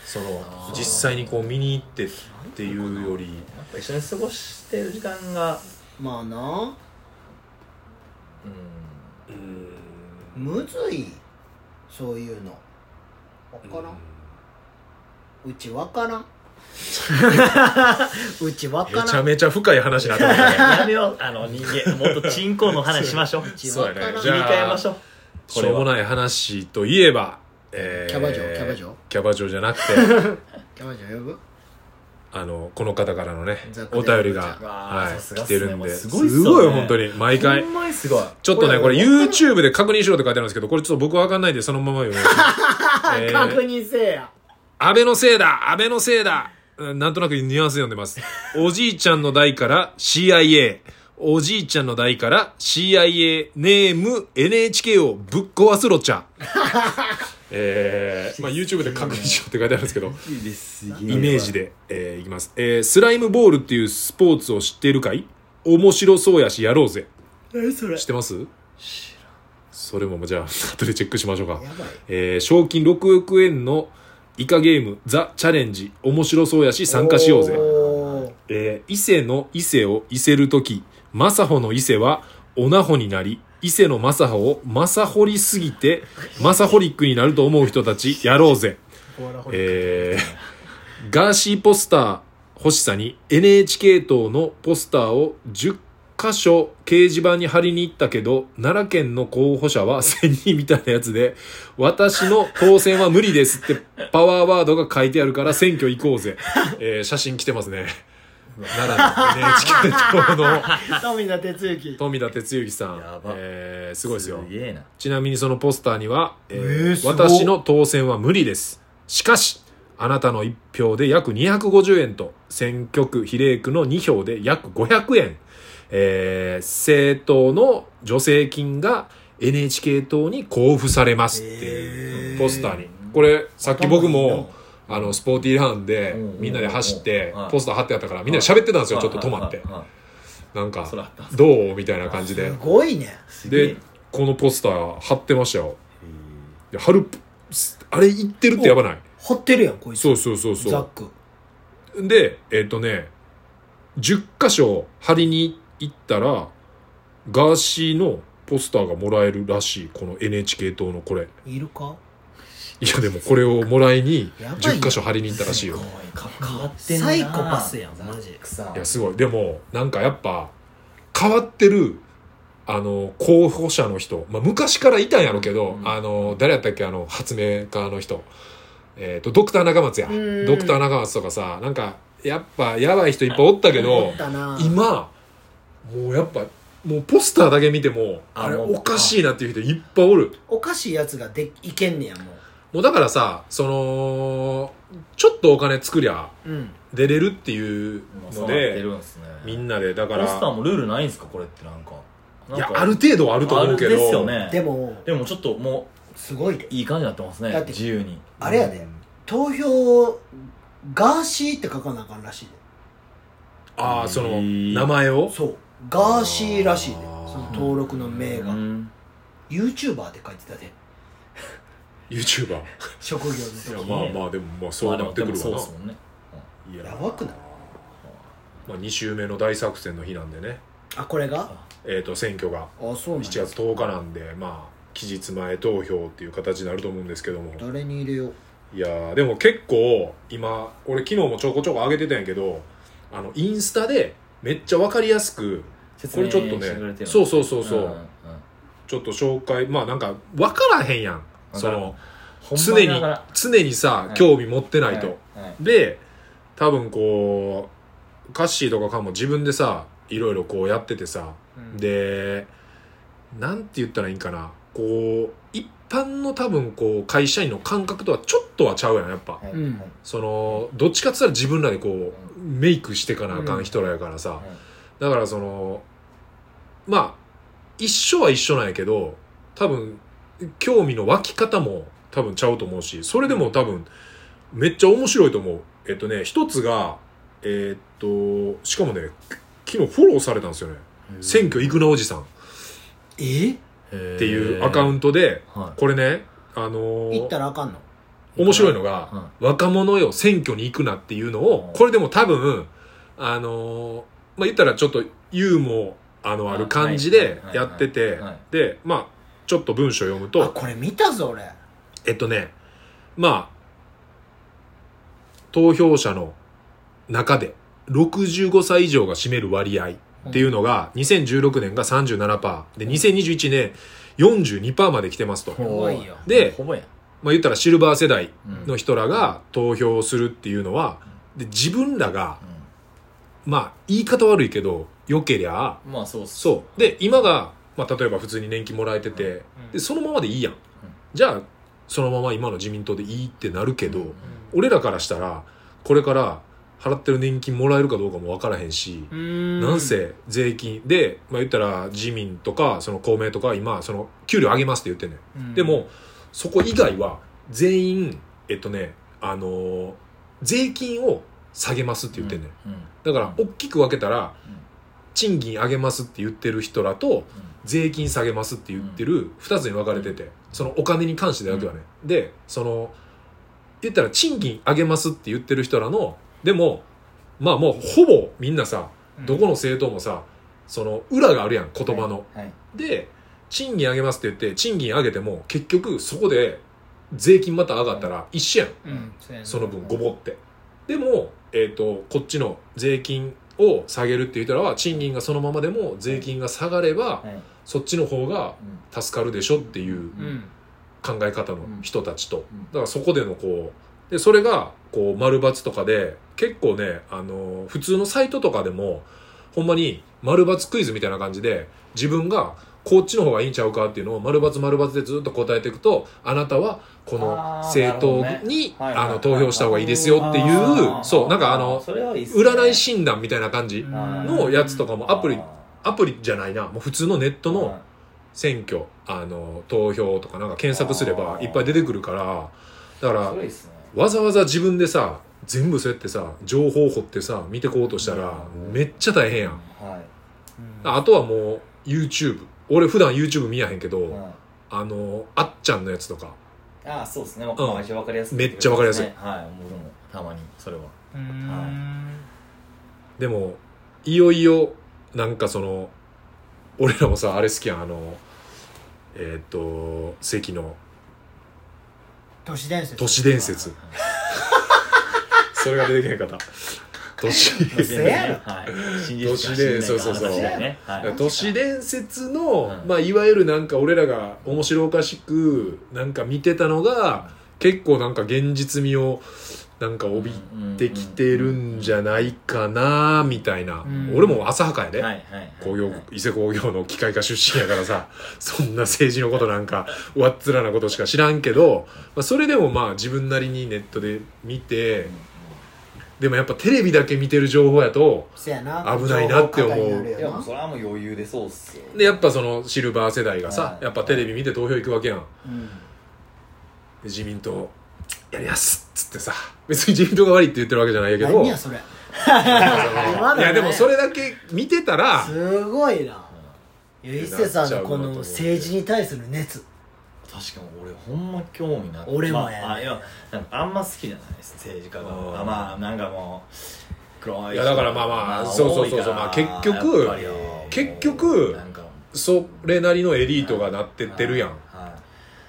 S2: そ
S3: あ
S2: の
S3: ー
S2: 実際にこう見に行ってっていうより
S3: やっぱ一緒に過ごしてる時間が
S1: うんまあな
S3: うん
S2: うん
S1: むずいそういうの分からん、うち分から
S2: (laughs)
S1: んうち分から
S2: め
S1: ん
S2: ちゃめちゃ深い話になってましたね
S3: やめようあの人間もっとチンコの話しましょう
S2: (laughs)
S3: 切
S2: そうやね
S1: 切
S2: じ
S3: り
S2: ゃあ
S3: 替えましょうこ
S2: し
S3: れ
S2: ょうも
S3: は
S2: ない話といえば、えー
S1: キャバ嬢キャバ嬢
S2: キャバ嬢じゃなくて
S1: キャバ嬢呼ぶ
S2: あのこの方からのね
S1: ざっくり
S2: お便りが、
S1: う
S3: わー
S2: は
S3: さ
S2: い、
S3: すが
S2: 来
S3: っすね
S2: てるん
S3: もう
S2: ですす
S3: ごいっすよね
S2: ごい本当に毎回
S3: (laughs) ほんまにすごい
S2: ちょっとねこ
S1: これ
S2: れ YouTube で確認しろって書いてあるんですけどこれちょっと僕わかんないんでそのまま読みますえー
S1: 確認せえや
S2: 安倍のせいだ安倍のせいだうんなんとなくニュアンス読んでます。おじいちゃんの代から CIA。おじいちゃんの代から CIA ネーム NHK をぶっ壊すろちゃ。 (laughs) えー、まあ YouTube で確認しろって書いてあるんですけど、イメージで、えーいきます、えースライムボールっていうスポーツを知っているかい面白そうやしやろうぜ。
S1: それ
S2: 知ってますそれもじゃあ後でチェックしましょうか
S1: やばい
S2: えー賞金6億円のイカゲームザ・チャレンジ面白そうやし参加しようぜ、
S1: おー
S2: えー伊勢の伊勢を伊勢るとき政穂の伊勢はオナホになり伊勢の政穂を政掘りすぎて政ホリックになると思う人たちやろうぜえーガーシーポスター欲しさに NHK 党のポスターを10箇所掲示板に貼りに行ったけど奈良県の候補者は1000人み (laughs) たいなやつで私の当選は無理ですってパワーワードが書いてあるから選挙行こうぜ、えー写真来てますね奈良の NHK 党の
S1: 富田哲之
S2: 富田哲之さん
S3: やば、
S2: えーすごいですよ
S3: すげえな
S2: ちなみにそのポスターには、えー
S1: えーすごっ
S2: 私の当選は無理です。しかし、あなたの1票で約250円と、選挙区比例区の2票で約500円、えー政党の助成金が NHK 党に交付されますってい
S1: え
S2: う
S1: ー。
S2: ポスターに。これ、さっき僕も、あの、スポーティーランで
S3: うんうんうん
S2: みんなで走って
S3: はい、
S2: ポスター貼ってあったから、みんなで喋ってたんですよ、ちょっと止まって
S3: はい。はいはい
S2: なんか
S3: それあったんで、す
S2: どうみたいな感じです
S1: ごいね
S3: すげえ
S2: で、このポスター貼ってましたよ。いや貼る、あれ言ってるってやばない
S1: 掘ってるやんこいつ
S2: そうそうそうそ
S1: ザッ
S2: う。
S1: ク
S2: で、えっ、とね、10箇所貼りに行ったら、ガーシーのポスターがもらえるらしい。この NHK 党のこれ。
S1: いるか
S2: いや、でもこれをもらいに、
S1: やばいよ
S2: 10箇所貼りに行ったらしいよ
S3: す。ごいか変わってんな
S1: サイコパスやんマジ
S3: くさ
S2: いや、すごい。でも、なんかやっぱ、変わってるあの候補者の人、まあ、昔からいたんやろうけど、
S3: うん
S2: あの誰やったっけあの発明家の人、えー、とドクター中松や
S1: うん
S2: ドクター中松とかさなんかやっぱやばい人いっぱいおったけ
S1: 思
S2: ど
S1: ったな
S2: 今もうやっぱもうポスターだけ見ても
S3: あ
S2: あれ
S3: もう
S2: おかしいなっていう人いっぱいおる
S1: おかしいやつがでいけんねやも
S2: もうだからさそのちょっとお金作りゃ
S1: ううん
S2: 出れるっていう
S3: そ
S2: の
S3: うなって
S2: で
S3: るんですね
S2: みんなでだか
S3: ポスター
S2: ら
S3: もルールないんですかこれってなんかなん
S2: い
S3: か
S2: やある程度はあると思うけど
S3: あるですよね
S1: でも
S3: でもちょっとも
S1: すごいで
S3: ういい感じになってますね
S1: だって
S3: 自由に
S1: あれやで投票ガーシーって書かなあかんらしい
S2: ああその
S3: へー
S2: 名前を
S1: でそうガーシーらしいでその登録の
S3: う
S1: 名が
S3: ん
S1: YouTuber って書いてたで
S2: YouTuber
S1: 職業の
S2: いや
S1: 時
S2: まあまあでもまあそうなってくるわ
S3: まあでもでも
S2: な
S3: そうですもんね
S2: いや
S1: やばくない
S2: まあ2週目の大作戦の日なんでね
S1: あこれが
S2: えっと選挙が
S1: あそうなん
S2: 7
S1: や
S2: 月10日なんでまあ期日前投票っていう形になると思うんですけども
S1: 誰に入れよう
S2: いやーでも結構今俺昨日もちょこちょこ上げてたんやけどあのインスタでめっちゃ分かりやすく
S3: 説
S2: こ
S3: 明
S2: れちょっと
S3: してくれ
S2: ね
S3: てる
S2: そうそうそうそう、
S3: んんん
S2: ちょっと紹介まあなんか分からへんやん
S3: わ
S2: そ
S3: からん
S2: の
S3: ほんま
S2: 常に
S3: だから
S2: 常にさ、
S3: はい
S2: 興味持ってないと、
S3: はいはい
S2: で多分こうカッシーとかかも自分でさいろいろこうやっててさ、
S1: うん
S2: でなんて言ったらいいんかなこう一般の多分こう会社員の感覚とはちょっとはちゃうやんやっぱ、
S3: はい
S1: うん
S3: はい
S2: そのどっちかっつったら自分らでこうメイクしてかなあかん人らやからさ、だからそのまあ一緒は一緒なんやけど多分興味の湧き方も多分ちゃうと思うしそれでも多分めっちゃ面白いと思うえっとね一つがえーっとしかもね昨日フォローされたんですよね「選挙行くなおじさん」っ
S1: え
S2: ていうアカウ
S3: ン
S2: ントで
S3: トは
S2: これねあのー
S1: 行ったらあかんの
S2: 面白いのが、
S3: うん
S2: 若者よ選挙に行くなっていうのを、
S3: うん
S2: これでも多分あのーまあ言ったらちょっとユーモあのある感じで
S3: はい
S2: やってて、
S3: はいはい
S2: でまあちょっと文章読む
S1: あ
S2: と
S1: これ見たぞ俺
S2: えっとねまあ投票者の中で65歳以上が占める割合っていうのが、2016年が37%で2021年42%まで来てますと、
S3: ほう
S1: やばいよ
S2: で
S3: ほぼや
S2: まあ言ったらシルバー世代
S3: うん
S2: の人らが投票するっていうのは、で自分らが、まあ言い方悪いけど、良けりゃ、
S3: うんまあそうっす
S2: そう。で、今が、まあ例えば普通に年金もらえてて、
S1: うん
S2: で、そのままでいいやん。じゃあ、そのまま今の自民党でいいってなるけど、
S3: うん
S2: 俺らからしたら、これから払ってる年金もらえるかどうかもわからへんし、
S1: な
S2: なんせ税金で、まあ言ったら自民とか、その公明とか今、その給料上げますって言ってんねん。でもそこ以外は全員えっとねあのー税金を下げますって言ってんね、
S3: うんうん
S2: ん、だから大きく分けたら
S3: うん
S2: 賃金上げますって言ってる人らと税金下げますって言ってる2つに分かれててそのお金に関してだけはね、でその言ったら賃金上げますって言ってる人らのでもまあもうほぼみんなさどこの政党もさその裏があるやん言葉の、
S3: はいはい
S2: で賃金上げますって言って賃金上げても結局そこで税金また上がったら一緒やん
S1: うんそうやな
S2: その分ごぼってでも、えー、とこっちの税金を下げるって言ったら賃金がそのままでも税金が下がれば
S3: はい
S2: そっちの方が
S3: うん
S2: 助かるでしょっていう
S1: うん
S2: 考え方の人たちと
S3: うん
S2: だからそこでのこうでそれがこう丸×とかで結構ねあの普通のサイトとかでもほんまに丸×クイズみたいな感じで自分がこっちの方がいいんちゃうかっていうのを丸×丸×でずっと答えていくとあなたはこの
S3: あー
S2: 政党
S3: なるほど
S2: に
S3: ねはいはい
S2: あの投票した方がいいですよってい
S1: あ
S2: う
S1: ー
S2: そうなんかあの
S3: それはいいっすね
S2: 占い診断みたいな感じのやつとかもアプリアプリじゃないなもう普通のネットの選挙あの投票とかなんか検索すれば
S3: あー
S2: いっぱい出てくるからだか
S3: あー
S2: ら
S3: それいいっすね
S2: わざわざ自分でさ全部そうやってさ情報掘ってさ見てこうとしたら
S3: うん
S2: めっちゃ大変やん
S3: はい
S2: あとはもう YouTube 俺普段 YouTube 見やへんけど、
S3: はい
S2: あのあっちゃんのやつとか
S3: ああそうですね、ま
S2: うん
S3: あ、めっちゃわかりやすい、
S2: めっちゃわかりやすい
S3: はい僕もたまにそれは
S1: うん
S3: は
S2: でもいよいよなんかその俺らもさあれ好きやんあのえーっ、と関の
S1: 都市伝説
S2: 都市伝説それが出てけへんかった都市
S3: 全
S1: 嘘
S3: 然ね
S1: やろ
S3: はい信じる
S2: 都
S3: か
S2: 市
S3: 信
S2: 伝
S3: じ
S2: そうそうそう
S3: ないかの話だよねはい
S2: 都市伝説の、
S3: うん
S2: まあ、いわゆるなんか俺らが面白おかしくなんか見てたのが結構なんか現実味をなんか帯びてきてるんじゃないかなみたいな、
S1: うん
S2: 俺も浅はかやで、
S3: はいはいはい
S2: 工業伊勢工業の機械科出身やからさ (laughs) そんな政治のことなんかわっつらなことしか知らんけど、まあ、それでもまあ自分なりにネットで見てでもやっぱテレビだけ見てる情報やと
S1: そやな
S2: 危ないなって思う
S1: 情報過多になるよ
S3: い
S1: な
S3: やもうそれはもう余裕でそうっすよ
S2: でやっぱそのシルバー世代がさ
S3: はい
S2: やっぱテレビ見て投票行くわけやん
S1: うん
S2: で自民党やりやすっつってさ別に自民党が悪いって言ってるわけじゃないけど
S1: 何
S2: (laughs)
S1: やそれ
S2: いやでもそれだけ見てたら
S1: すごいな伊勢さんのこの
S2: なっちゃうなと思って
S1: 政治に対する熱
S3: 確かに俺ほんま興味なく
S1: 俺もやね
S3: まああいやなんかあんま好きじゃないです政治家
S2: うん
S3: があまあなんかもう黒い人
S2: いやだからまあまあそうそうそうそうまあ結局
S3: やっぱりよ
S2: 結局
S3: なんか
S2: それなりのエリートがなってってるやん
S3: は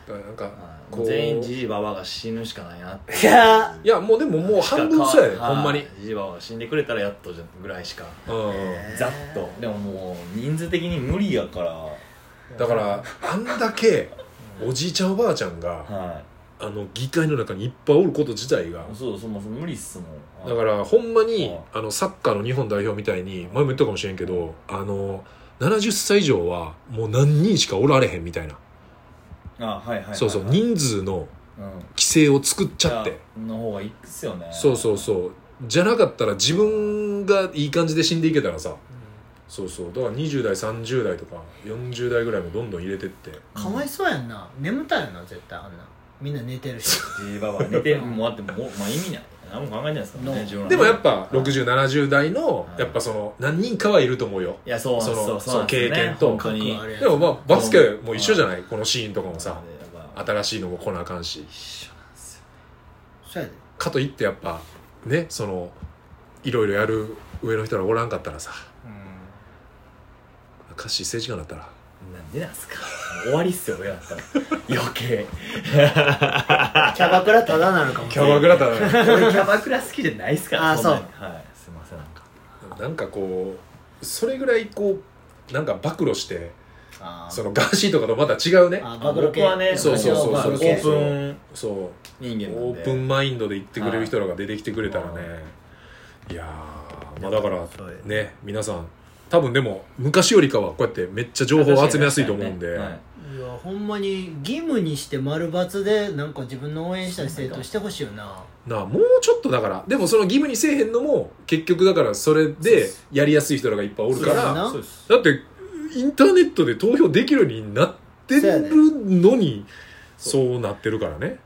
S3: いは
S2: だか
S3: い
S2: らなんか
S3: はい
S2: こ
S3: も
S2: う
S3: う全員じじばばが死ぬしかないなって
S1: いや
S2: いやもうでももう半分そうやで
S3: しか
S2: ほんまに
S3: はいじじばばが死んでくれたらやっとじゃぐらいしか
S2: う
S1: えー
S3: ざっとでももう人数的に無理やからは
S2: んだからあんだけおじいちゃんおばあちゃんがあの議会の中にいっぱいおること自体が
S3: いそうそうもう無理っすもん
S2: だからほんまに
S3: はい
S2: あのサッカーの日本代表みたいに前も言ったかもしれんけどあの70歳以上はもう何人しかおられへんみたいな
S3: あはいはいはいはい
S2: そうそう人数の
S3: うん
S2: 規制を作っちゃっ
S3: い
S2: て
S3: やの方がいいっすよね
S2: そうそうそうじゃなかったら自分がいい感じで死んでいけたらさそうそうだから20代30代とか40代ぐらいもどんどん入れてって
S1: かわいそうやんな眠たいよな絶対あんなみんな寝てるし
S3: じいばば寝てもらってもまあ意味ない何も考えてないですから
S1: の
S3: ね自分ら
S2: でもやっぱ
S3: い
S2: 6070代の
S3: はい
S2: やっぱその何人かはいると思うよ
S3: いやそう
S2: その
S3: そうそうなんですよね
S2: その経験と
S3: 本当に
S1: あれや
S2: でもまあバスケも一緒じゃないこのシーンとかもさ
S3: あ
S2: 新しいのも来なあかんし
S3: 一緒なんですよ
S1: そうやで
S2: かといってやっぱねそのいろいろやる上の人らおらんかったらさ歌詞政治家になったら
S3: なんでなんすか終わりっすよやっぱり余計
S1: キャバクラただなのかも
S2: キャバクラだな
S3: 俺キャバクラ好きじゃないっすから
S1: あ
S3: んなにはいすいませんなんか
S2: なんかこうそれぐらいこうなんか暴露して
S1: あー
S2: そのガーシーとかとまた違うね
S1: あ暴露系
S3: 僕はね
S2: そうそうそう
S1: 暴
S2: そ
S1: 露
S2: う
S3: オ
S1: 系
S3: ープン
S2: そう
S3: 人間なん
S2: オ
S3: で
S2: ープンマインドで言ってくれる人らが出てきてくれたらね、、
S3: はい
S2: やーまあだから
S1: そうよ
S2: ね皆さん多分でも昔よりかはこうやってめっちゃ情報を集めやすいと思うんで、
S3: はい
S1: いやほんまに義務にして丸×でなんか自分の応援したい政党してほしいよな
S2: なあもうちょっとだからでもその義務にせえへんのも結局だからそれでやりやすい人らがいっぱいおるか
S1: そ
S2: ら
S1: うや
S2: だ
S1: な
S3: そうです
S2: ってインターネットで投票できるようになって
S1: そうや
S2: る
S1: ね
S2: のにそうなってるからね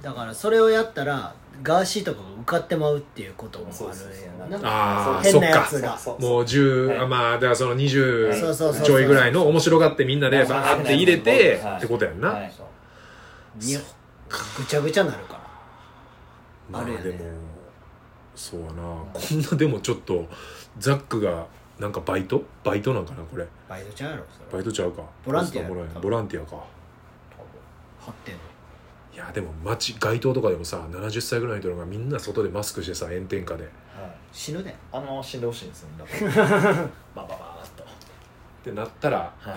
S1: だからそれをやったらガーシーとかが受かってまうっていうこともあるやんな
S2: ああ
S1: 変
S2: そっ
S1: なや
S2: か
S1: つが
S3: そうそう
S2: もう10、
S3: はい
S2: あまあだからそ
S1: そ
S2: の
S1: うそうそうそ
S2: 20
S1: う
S2: ちょいぐらいの面白がってみんなでバーって入れて
S3: はい
S2: ってことやんな、
S3: はい
S1: そうにぐちゃぐちゃになるから
S2: まあ
S1: あるよね
S2: でもそうやなこんなでもちょっとザックがなんかバイトバイトなんかなこれ
S1: バイトちゃうやろそれ
S2: バイトちゃうか
S1: ボランティアや
S2: ボラン
S1: 多分
S2: ボランティアか
S1: 貼ってんの
S2: いやでも街街頭とかでもさ70歳ぐらいの人がみんな外でマスクしてさ炎天下で
S3: はい
S1: 死ぬで
S3: あの死んでほしいんですよだから
S2: (laughs)
S3: バババーっと
S2: ってなったら
S3: はい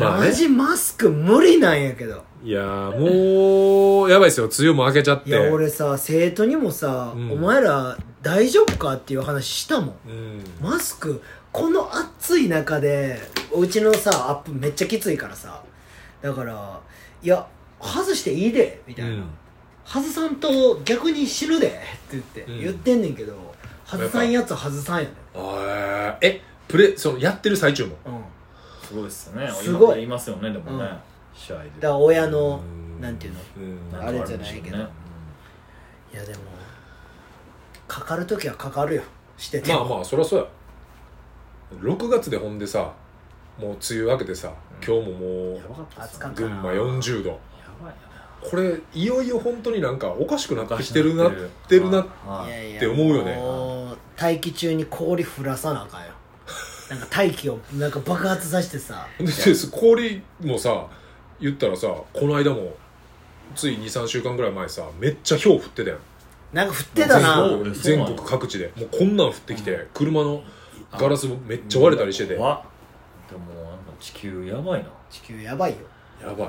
S2: まあね
S1: マジマスク無理なんやけど
S2: いやーもうやばいですよ梅雨も明けちゃって
S1: いや俺さ生徒にもさ、
S2: うん
S1: お前ら大丈夫かっていう話したもん
S2: うん
S1: マスクこの暑い中でうちのさアップめっちゃきついからさだからいや外していいでみたいな、
S2: うん
S1: 外さんと逆に死ぬでって言って、
S2: うん
S1: 言ってんねんけど外さんやつは外さんやね
S2: あーえプレそのやってる最中も
S1: うん
S3: すごいっすよね
S1: すごい
S3: 今やりますよねでも
S1: う
S3: ね、
S1: ん
S3: 試合
S1: だ
S3: で
S1: から親の
S2: うん
S1: なんていうの
S2: うん
S3: なんか
S1: あれ
S3: る
S1: じゃ
S3: んで
S1: な
S3: しょ
S1: いうけ
S3: ね
S1: どいやでもかかる時はかかるよしてて
S2: まあ
S1: も、
S2: まあそりゃそうや6月でほんでさもう梅雨明けてさ今日もも
S3: やばかったっす
S1: 暑か
S3: ね
S1: っ
S2: う群馬40度
S3: やばいよ
S2: これいよいよ本当になんかおかしくなって
S3: ね
S2: きてるなってるな
S1: や
S3: はい
S1: や
S2: って思うよね
S1: もう大気中に氷降らさなあかん
S2: (laughs)
S1: よなんか大気をなんか爆発させてさ
S2: でです氷もさ言ったらさこの間もつい23週間ぐらい前さめっちゃ氷降ってたやん
S1: なんか降ってたな
S3: そう
S2: 全国各地でもうこんなん降ってきて車のガラスめっちゃ割れたりしててや
S3: 怖っでもなんか地球やばいな、
S1: 地球やばいよ
S2: ばい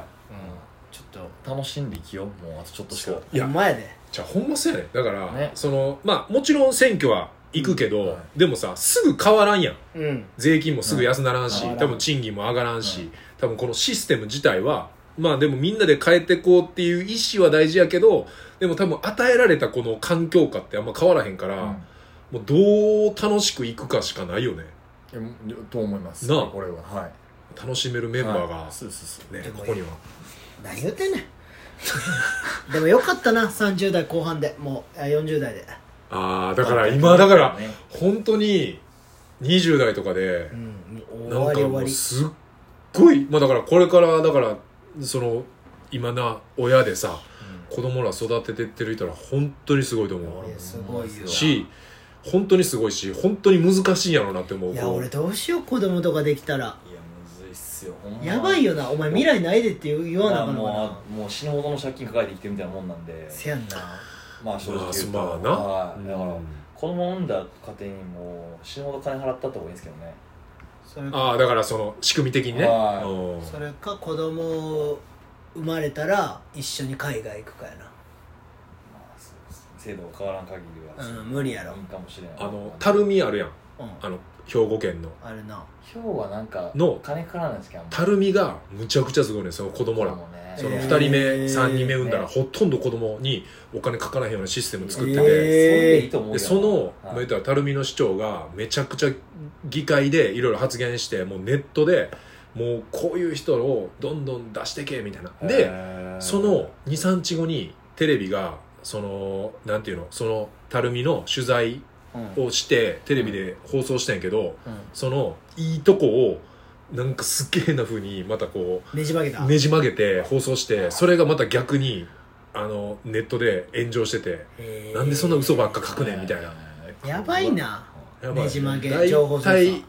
S1: ちょっと
S3: 楽しんで生きようもうあとちょっとしか
S2: い
S1: いや
S2: や
S1: 前で
S2: じゃあほんまそうやねだから、
S3: ね
S2: そのまあもちろん選挙は行くけど、
S3: うんは
S2: でもさすぐ変わらんやん
S1: うん
S2: 税金もすぐ安ならんし、
S1: うん
S2: 多分賃金も上がらんし、
S3: うん
S2: 多分このシステム自体はまあでもみんなで変えてこうっていう意思は大事やけどでも多分与えられたこの環境下ってあんま変わらへんから、もうどう楽しくいくかしかないよね
S3: うんいやと思います
S2: なあ
S3: これははい
S2: 楽しめるメンバーが、
S3: はいそうそうそう
S2: ね
S1: でも
S2: ここには
S1: 何言ってんねんでもよかったな30代後半でもうあ40代で
S2: ああだから今だから
S3: ね
S2: 本当に20代とかで
S1: う、ん終
S2: な
S1: わ
S2: ん
S1: り
S2: か
S1: 終
S2: も
S1: わ
S2: う
S1: り
S2: すっごいまあだからこれからだからその今な親でさ子供ら育ててってる人ら本当にすごいと思
S1: いやすごいよ
S2: うし本当にすごいし本当に難しいんやろうなって思う
S1: いや
S2: こう
S1: 俺どうしよう子供とかできたら
S3: いやむずいっすよほんま
S1: やばいよなお前未来ないでって言う言わなあかんのか
S3: ま
S1: な
S3: あもうもう死ぬほどの借金抱えて生きてるみたいなもんなんで
S1: せやんな
S3: まあ正直言うと
S2: まあまあな
S3: はいだから
S2: うん
S3: 子供産んだ家庭にもう死ぬほど金払ったって方がいいんですけどね
S1: それ
S2: ああだからその仕組み的にね
S3: はい
S2: うん
S1: それか子供生まれたら一緒に海外行くかや
S3: まあそうです制度が変わらん限り
S1: な
S3: は
S1: うん無理やろ
S3: いいかもしれない
S2: あの垂水あるやん
S1: うん
S2: あの兵庫県の
S1: あれな
S3: 今日はなんか
S2: の
S3: 金かからないんですけどあんま
S2: 垂水がむちゃくちゃすごいねその子供ら
S3: もね
S2: その
S1: え
S2: 2
S1: ー
S2: 人目3人目産んだ
S3: ね
S2: らほとんど子供にお金かからへんようなシステム作って
S1: えー
S2: て
S3: えそ
S2: でその、まあ
S3: め
S2: 言ったら垂水の市長がめちゃくちゃ議会でいろいろ発言してもうネットでもうこういう人をどんどん出してけみたいなでその23日後にテレビがそのなんていうのその垂水の取材
S1: うんうん
S2: をしてテレビで放送したんやけどそのいいとこをなんかすっげえ変な風にまたこ
S1: ねじ曲げた
S2: うねじ曲げて放送してそれがまた逆にあのネットで炎上してて
S1: へー
S2: なんでそんな嘘ばっか書くねんみたいな。
S1: やばいな
S2: やばい
S1: ねじ曲げ
S2: 大
S1: 情報操作
S2: 体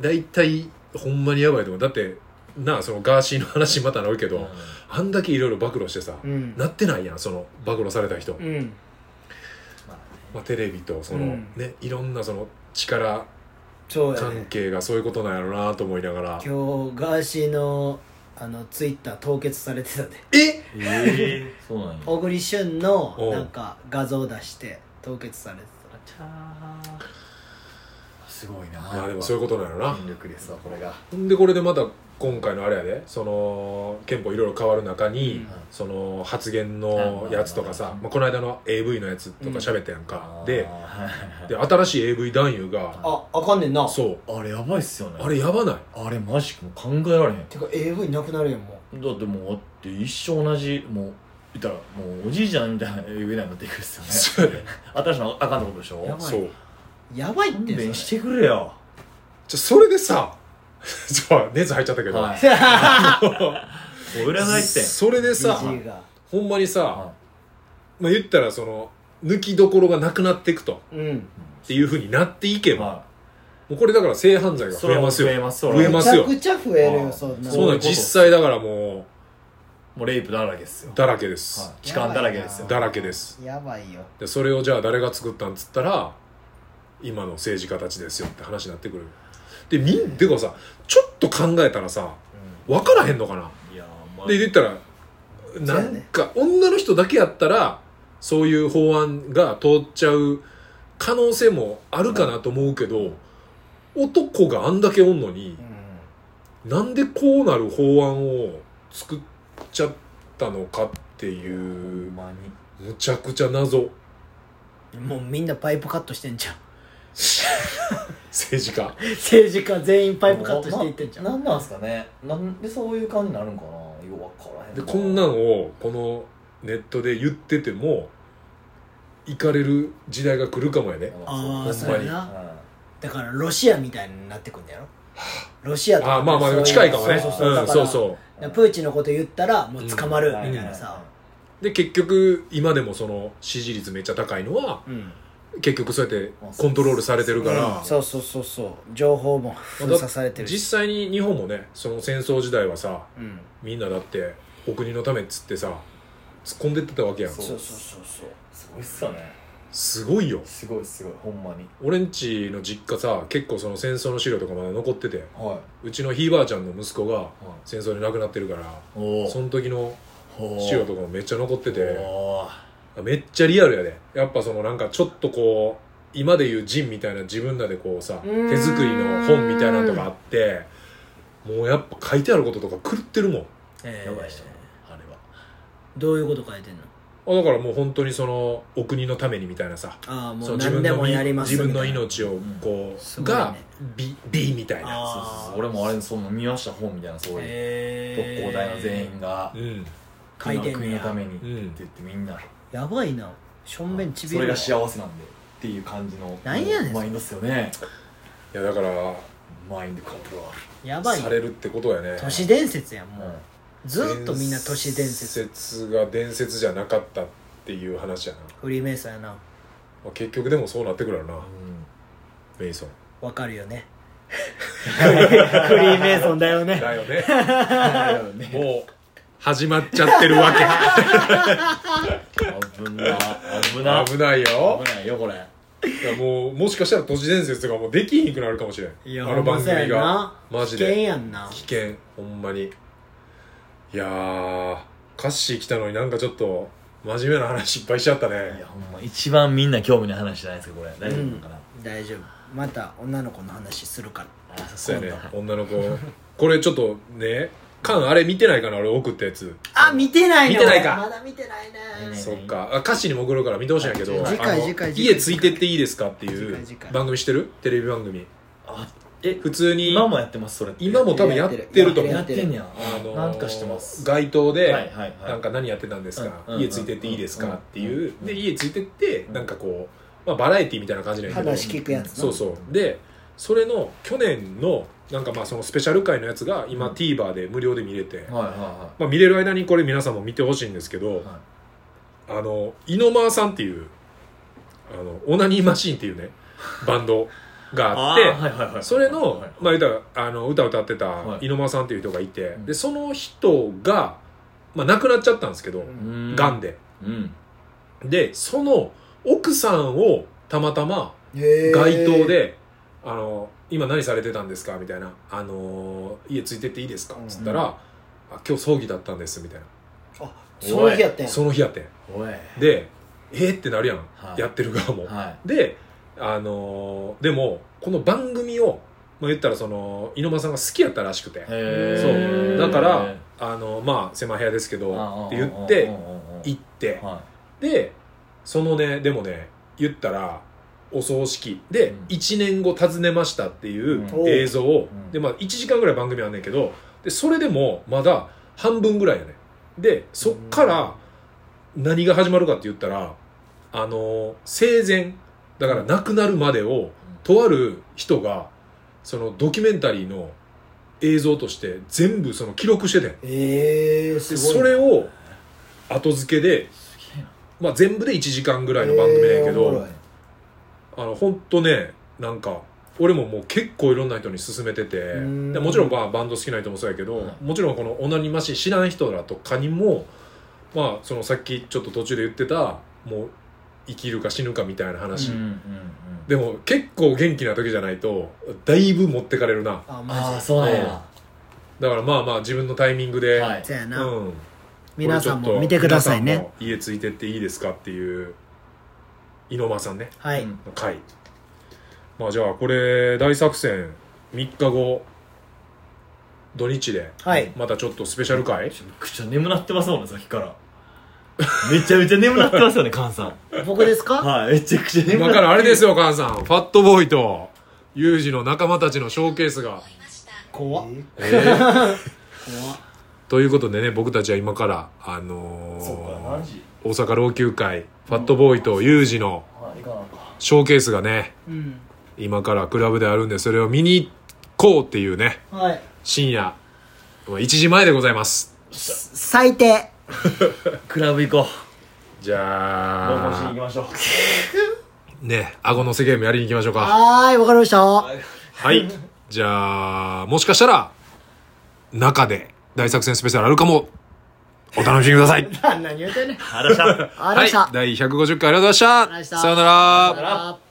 S2: 大体ほんまにやばいと思うだってなあそのガーシーの話またなるけど、あんだけいろいろ暴露してさ、
S1: うん
S2: なってないやんその暴露された人、
S1: うん
S2: まあ、テレビとその、
S1: うん
S2: ねいろんなその力
S1: そうや
S2: 関
S1: ね
S2: 係がそういうことなんやろうなと思いながら、
S1: 今日ガーシーのあのツイッター凍結されてたで
S2: え
S3: ええそうなんや
S1: 小栗旬の
S2: おう
S1: なんか画像出して凍結されて
S3: すごいな
S2: まあでもそういうことなんやろな、
S3: 力ですわこれが
S2: ほんでこれでまた今回のあれやでその憲法いろいろ変わる中に、
S1: うん
S2: その発言のやつとかさ、まあ、この間の AV のやつとか喋ったやんか、でで新しい AV 男優が
S1: たああかんねんな
S2: そう
S3: あれやばいっすよね
S2: あれやばない
S3: あれマジもう考えられへん
S1: てか AV なくなるやんも
S3: だってもうだって一生同じもう言ったらもうおじいちゃんみたいな上になっていくっす
S2: (laughs)
S3: よね
S2: そうやね
S3: 新しいのあかんってことでしょ
S1: やばい
S2: そう
S1: うやばいっ
S3: 勘
S1: て
S3: 弁し
S1: それ
S3: てくれよ
S2: じゃそれでさ (laughs) ちょ熱入っちゃったけど、 (laughs)
S3: はいお
S2: そ
S3: 占いって
S2: それでさ
S1: BG が
S2: ほんまにさ、
S3: は
S2: まあ、言ったらその抜きどころがなくなっていくと
S1: うん
S2: っていうふうになっていけば、
S3: は
S2: もうこれだから性犯罪
S3: い
S2: が増えますよ
S3: 増えます
S2: 増え
S1: め
S2: ま
S1: ち
S2: す
S1: ゃ
S2: よ
S1: くちゃ増える
S3: あ
S1: よ
S3: あ
S1: そうな
S2: そうな
S1: の
S2: の実際だからも
S3: もうレイプだらけですよ
S2: うだらけです、
S3: はい痴漢だらけですよ
S2: だらけです
S1: やばいよ
S2: でそれをじゃあ誰が作ったんつったら今の政治家たちですよって話になってくるでみんでかさちょっと考えたらさ分からへんのかない
S3: やま
S2: で言ったらなんか女の人だけやったらそういう法案が通っちゃう可能性もあるかなと思うけど男があんだけおんのに
S1: う
S2: なんでこうなる法案を作っちゃったのかっていう
S3: まに
S2: むちゃくちゃ謎 (laughs)
S1: んもうみんなパイプカットしてんじ (laughs) ゃん
S2: 政治家
S1: 政治家全員パイプカットしていってんじゃん
S3: ななんなんすかねなんでそういう感じになるんかなよくわからへん
S2: でこんなんをこのネットで言ってても行かれる時代が来るかもやね
S1: あ
S2: ーそうや
S1: なだからロシアみたいになってくんだよロシアとか
S2: あーまあまあでも近いかもねうん
S1: そうそうそうだから
S2: そうそう
S1: プーチンのこと言ったらもう捕まるみたいなさ
S2: で結局今でもその支持率めっちゃ高いのは
S1: うん
S2: 結局そうやってコントロールされてるから、
S1: うんそうそうそうそう情報も封鎖されてるし
S2: 実際に日本もねその戦争時代はさ
S1: うん
S2: みんなだってお国のためっつってさ突っ込んでってたわけやん
S1: そう
S3: そ
S1: そう
S3: う
S1: そうそう
S3: すごいっすよね
S2: すごいよ
S3: すごいすごいほんまに
S2: 俺んちの実家さ結構その戦争の資料とかまだ残ってて
S3: は
S2: うちのひいばあちゃんの息子が
S3: い、はい、
S2: 戦争で亡くなってるから
S3: お
S2: その時の
S3: お
S2: 資料とかもめっちゃ残ってて
S3: おー
S2: めっちゃリアルやでやっぱそのなんかちょっとこう今でいうジンみたいな自分らでこうさ
S1: うーん
S2: 手作りの本みたいなのとかあってもうやっぱ書いてあることとか狂ってるもん
S1: えー
S3: やばい人あれは
S1: どういうこと書いてんの
S2: あだからもう本当にそのお国のためにみたいなさ
S1: ああも
S2: そうう自
S1: 何
S2: 分
S1: で
S2: の
S1: も
S2: み
S1: やります
S2: 自分の
S1: みたいな
S2: 命をこう、
S1: うん
S2: が美美みたいな
S1: あー
S3: そうそうそう俺もあれその見ました本みたいなそういう特
S1: へ
S3: 攻
S1: ー
S3: 隊の全員が
S2: うん
S1: 書いてんねや
S3: 国のためにって
S2: うん
S3: 言ってみんな
S1: やばいなしょんべんちび
S3: それ
S1: るわ
S3: が幸せなんでっていう感じの
S1: なんやねん
S3: マインドっすよね
S2: いやだから
S3: マインドコントロール
S1: やばい
S2: されるってことやね
S1: 都市伝説やんも
S3: も
S1: うずーっとみんな都市伝説
S2: 伝説が伝説じゃなかったっていう話やな、
S1: フリーメイソンやな
S2: まあ、結局でもそうなってくるよなメイソン
S1: わかるよ
S2: (laughs)
S1: ねフリーフリーメイソンだよね
S2: だよね
S3: うね
S2: もう始まっちゃってる (laughs) わけ
S3: 危な危な
S2: 危ないよ
S3: 危ないよこれ
S2: いやもうもしかしたら都市伝説がもうできにくなるかもしれん
S1: いや
S2: あの番
S1: ほ
S2: 組が
S1: んま
S2: マ
S1: そう
S2: ジ
S1: やな危険
S2: で
S1: やんな
S2: 危険ほんまにいやーカッシー来たのになんかちょっと真面目な話いっぱいしちゃった
S3: いや
S2: ね
S3: ほんま一番みんな興味ない話じゃないですかこれ大丈夫なのかな
S1: 大丈夫また女の子の話するから
S3: あ
S2: そうやね
S3: 今度
S2: 女の子これちょっとねカンあれ見てないかな俺送ったやつ
S1: あ見てないの
S2: 見てないか
S1: まだ見てない
S3: 見
S1: ね
S3: て
S2: そっかあ歌詞にも送るから見てほしいんやけど
S1: 次回
S2: あの
S1: 次回次回
S2: 家ついてっていいですかってい
S1: 次回次
S2: う
S1: 回
S2: 番組してるテレビ番組
S3: あえ
S2: 普通に
S3: 今もやってますそれって
S2: 今も多分やってると思
S3: や
S2: う
S3: ってんねや
S2: あのー
S3: なんかしてます
S2: 街頭で、
S3: はいはいはい
S2: なんか何やってたんですか、
S3: うんうん
S2: 家ついてっていいです
S3: うん
S2: かっていう、
S3: うん
S2: で家ついてってなんかこう、まあ、バラエティみたいな感じなんやけど
S1: 話聞くやつな
S2: そうそうでそれの去年のなんかまあそのスペシャル回のやつが今
S3: うん
S2: TVer で無料で見れて、
S3: はいは
S2: まあ、見れる間にこれ皆さんも見てほしいんですけ
S3: い
S2: ど、
S3: は
S2: あの井ノ間さんっていうあのオナニーマシーンっていうねバンドがあって
S3: あーはいはいはい
S2: それ
S3: はい
S2: の
S3: はい
S2: まあ言ったらあの歌歌ってた
S3: はい
S2: 井上さんっていう人がいて、
S3: うん
S2: でその人が、まあ、亡くなっちゃったんですけど
S1: ん
S3: い
S2: が、んで
S3: うん
S2: でその奥さんをたまたま
S1: へー
S2: 街頭で「あの今何されてたんですか?」みたいな「あのー家ついてっていいですか?」っつったら、
S3: うん
S2: あ「今日葬儀だったんです」みたいな
S1: あその日やったんや
S2: その日やってん
S3: おい
S2: で「えっ?」ってなるやん、
S3: はい
S2: やってる側も。
S3: はい
S2: で、あのーでもこの番組を、まあ、言ったらその猪間さんが好きやったらしくて、
S1: へ
S3: へ
S2: そ
S1: ー
S2: うだから、あのまあ狭い部屋ですけどって言って
S3: 行っ
S2: 行って
S3: は
S2: でそのねでもね言ったらお葬式で
S3: うん
S2: 1年後訪ねましたっていう
S1: うん
S2: 映像を、
S3: うん
S2: でまあ、1時間ぐらい番組あんねんけどでそれでもまだ半分ぐらいやねでそっから何が始まるかって言ったらあの生前だから亡くなるまでをとある人がそのドキュメンタリーの映像として全部その記録しててん
S1: えー
S2: ですそ
S1: ごい
S2: れ
S1: な
S2: を後付けで、まあ、全部で1時間ぐらいの番組なんやけ
S1: えーおも
S2: ど、
S1: ろい
S2: あの本当ねなんか俺ももう結構いろんな人に勧めてて
S1: ん
S2: でもちろんまあバンド好きな人もそうやけど、
S3: は
S2: もちろんこのオナニマシ知らん人らとかにも、まあ、そのさっきちょっと途中で言ってたもう生きるか死ぬかみたいな話、
S3: うんうんうん
S2: でも結構元気な時じゃないとだいぶ持ってかれるな
S1: あ
S3: あ
S1: マ
S3: あ
S1: ジ
S3: そうなんや
S2: だからまあまあ自分のタイミングで、
S3: はい
S1: そうや
S2: う、
S1: なん皆さんも見てください
S2: 皆
S1: ね
S2: も家ついてっていいですかっていう井上さんね
S1: はい
S3: うん
S2: の回まあじゃあこれ大作戦3日後土日で
S1: はい
S2: またちょっとスペシャル回
S3: めちゃくちゃ眠なってますもんねさっき (laughs) からめちゃめちゃ眠なってますよね菅さん
S1: 僕ですか
S3: はいめちゃくちゃ眠
S2: 今
S3: な
S2: からあれですよ母さんファットボーイとユージの仲間たちのショーケースが
S1: 怖っ怖っ
S2: ということでね僕たちは今からあのー
S3: そっか何時
S2: 大阪老朽会ファットボーイとユージの
S3: はい行かなあか
S2: ショーケースがね
S1: うん
S2: 今からクラブであるんでそれを見に行こうっていうね
S1: はい
S2: 深夜まあ1時前でございます
S1: 最低
S3: んクラブ行こう
S2: じ
S3: ローマ字行
S2: ゃ
S3: き
S2: あ
S3: ましょう
S2: ね顎のせゲームやりに行きましょうか
S1: はーいわかりました
S2: はいじゃあもしかしたら中で大作戦スペシャルあるかもお楽しみください
S1: 何言うてんねん
S3: あらしゃ
S1: ありがとうございました
S2: はい、第150回ありがとうございま
S1: ありがとうございま
S2: し
S1: した
S2: たさようなら
S1: さよなら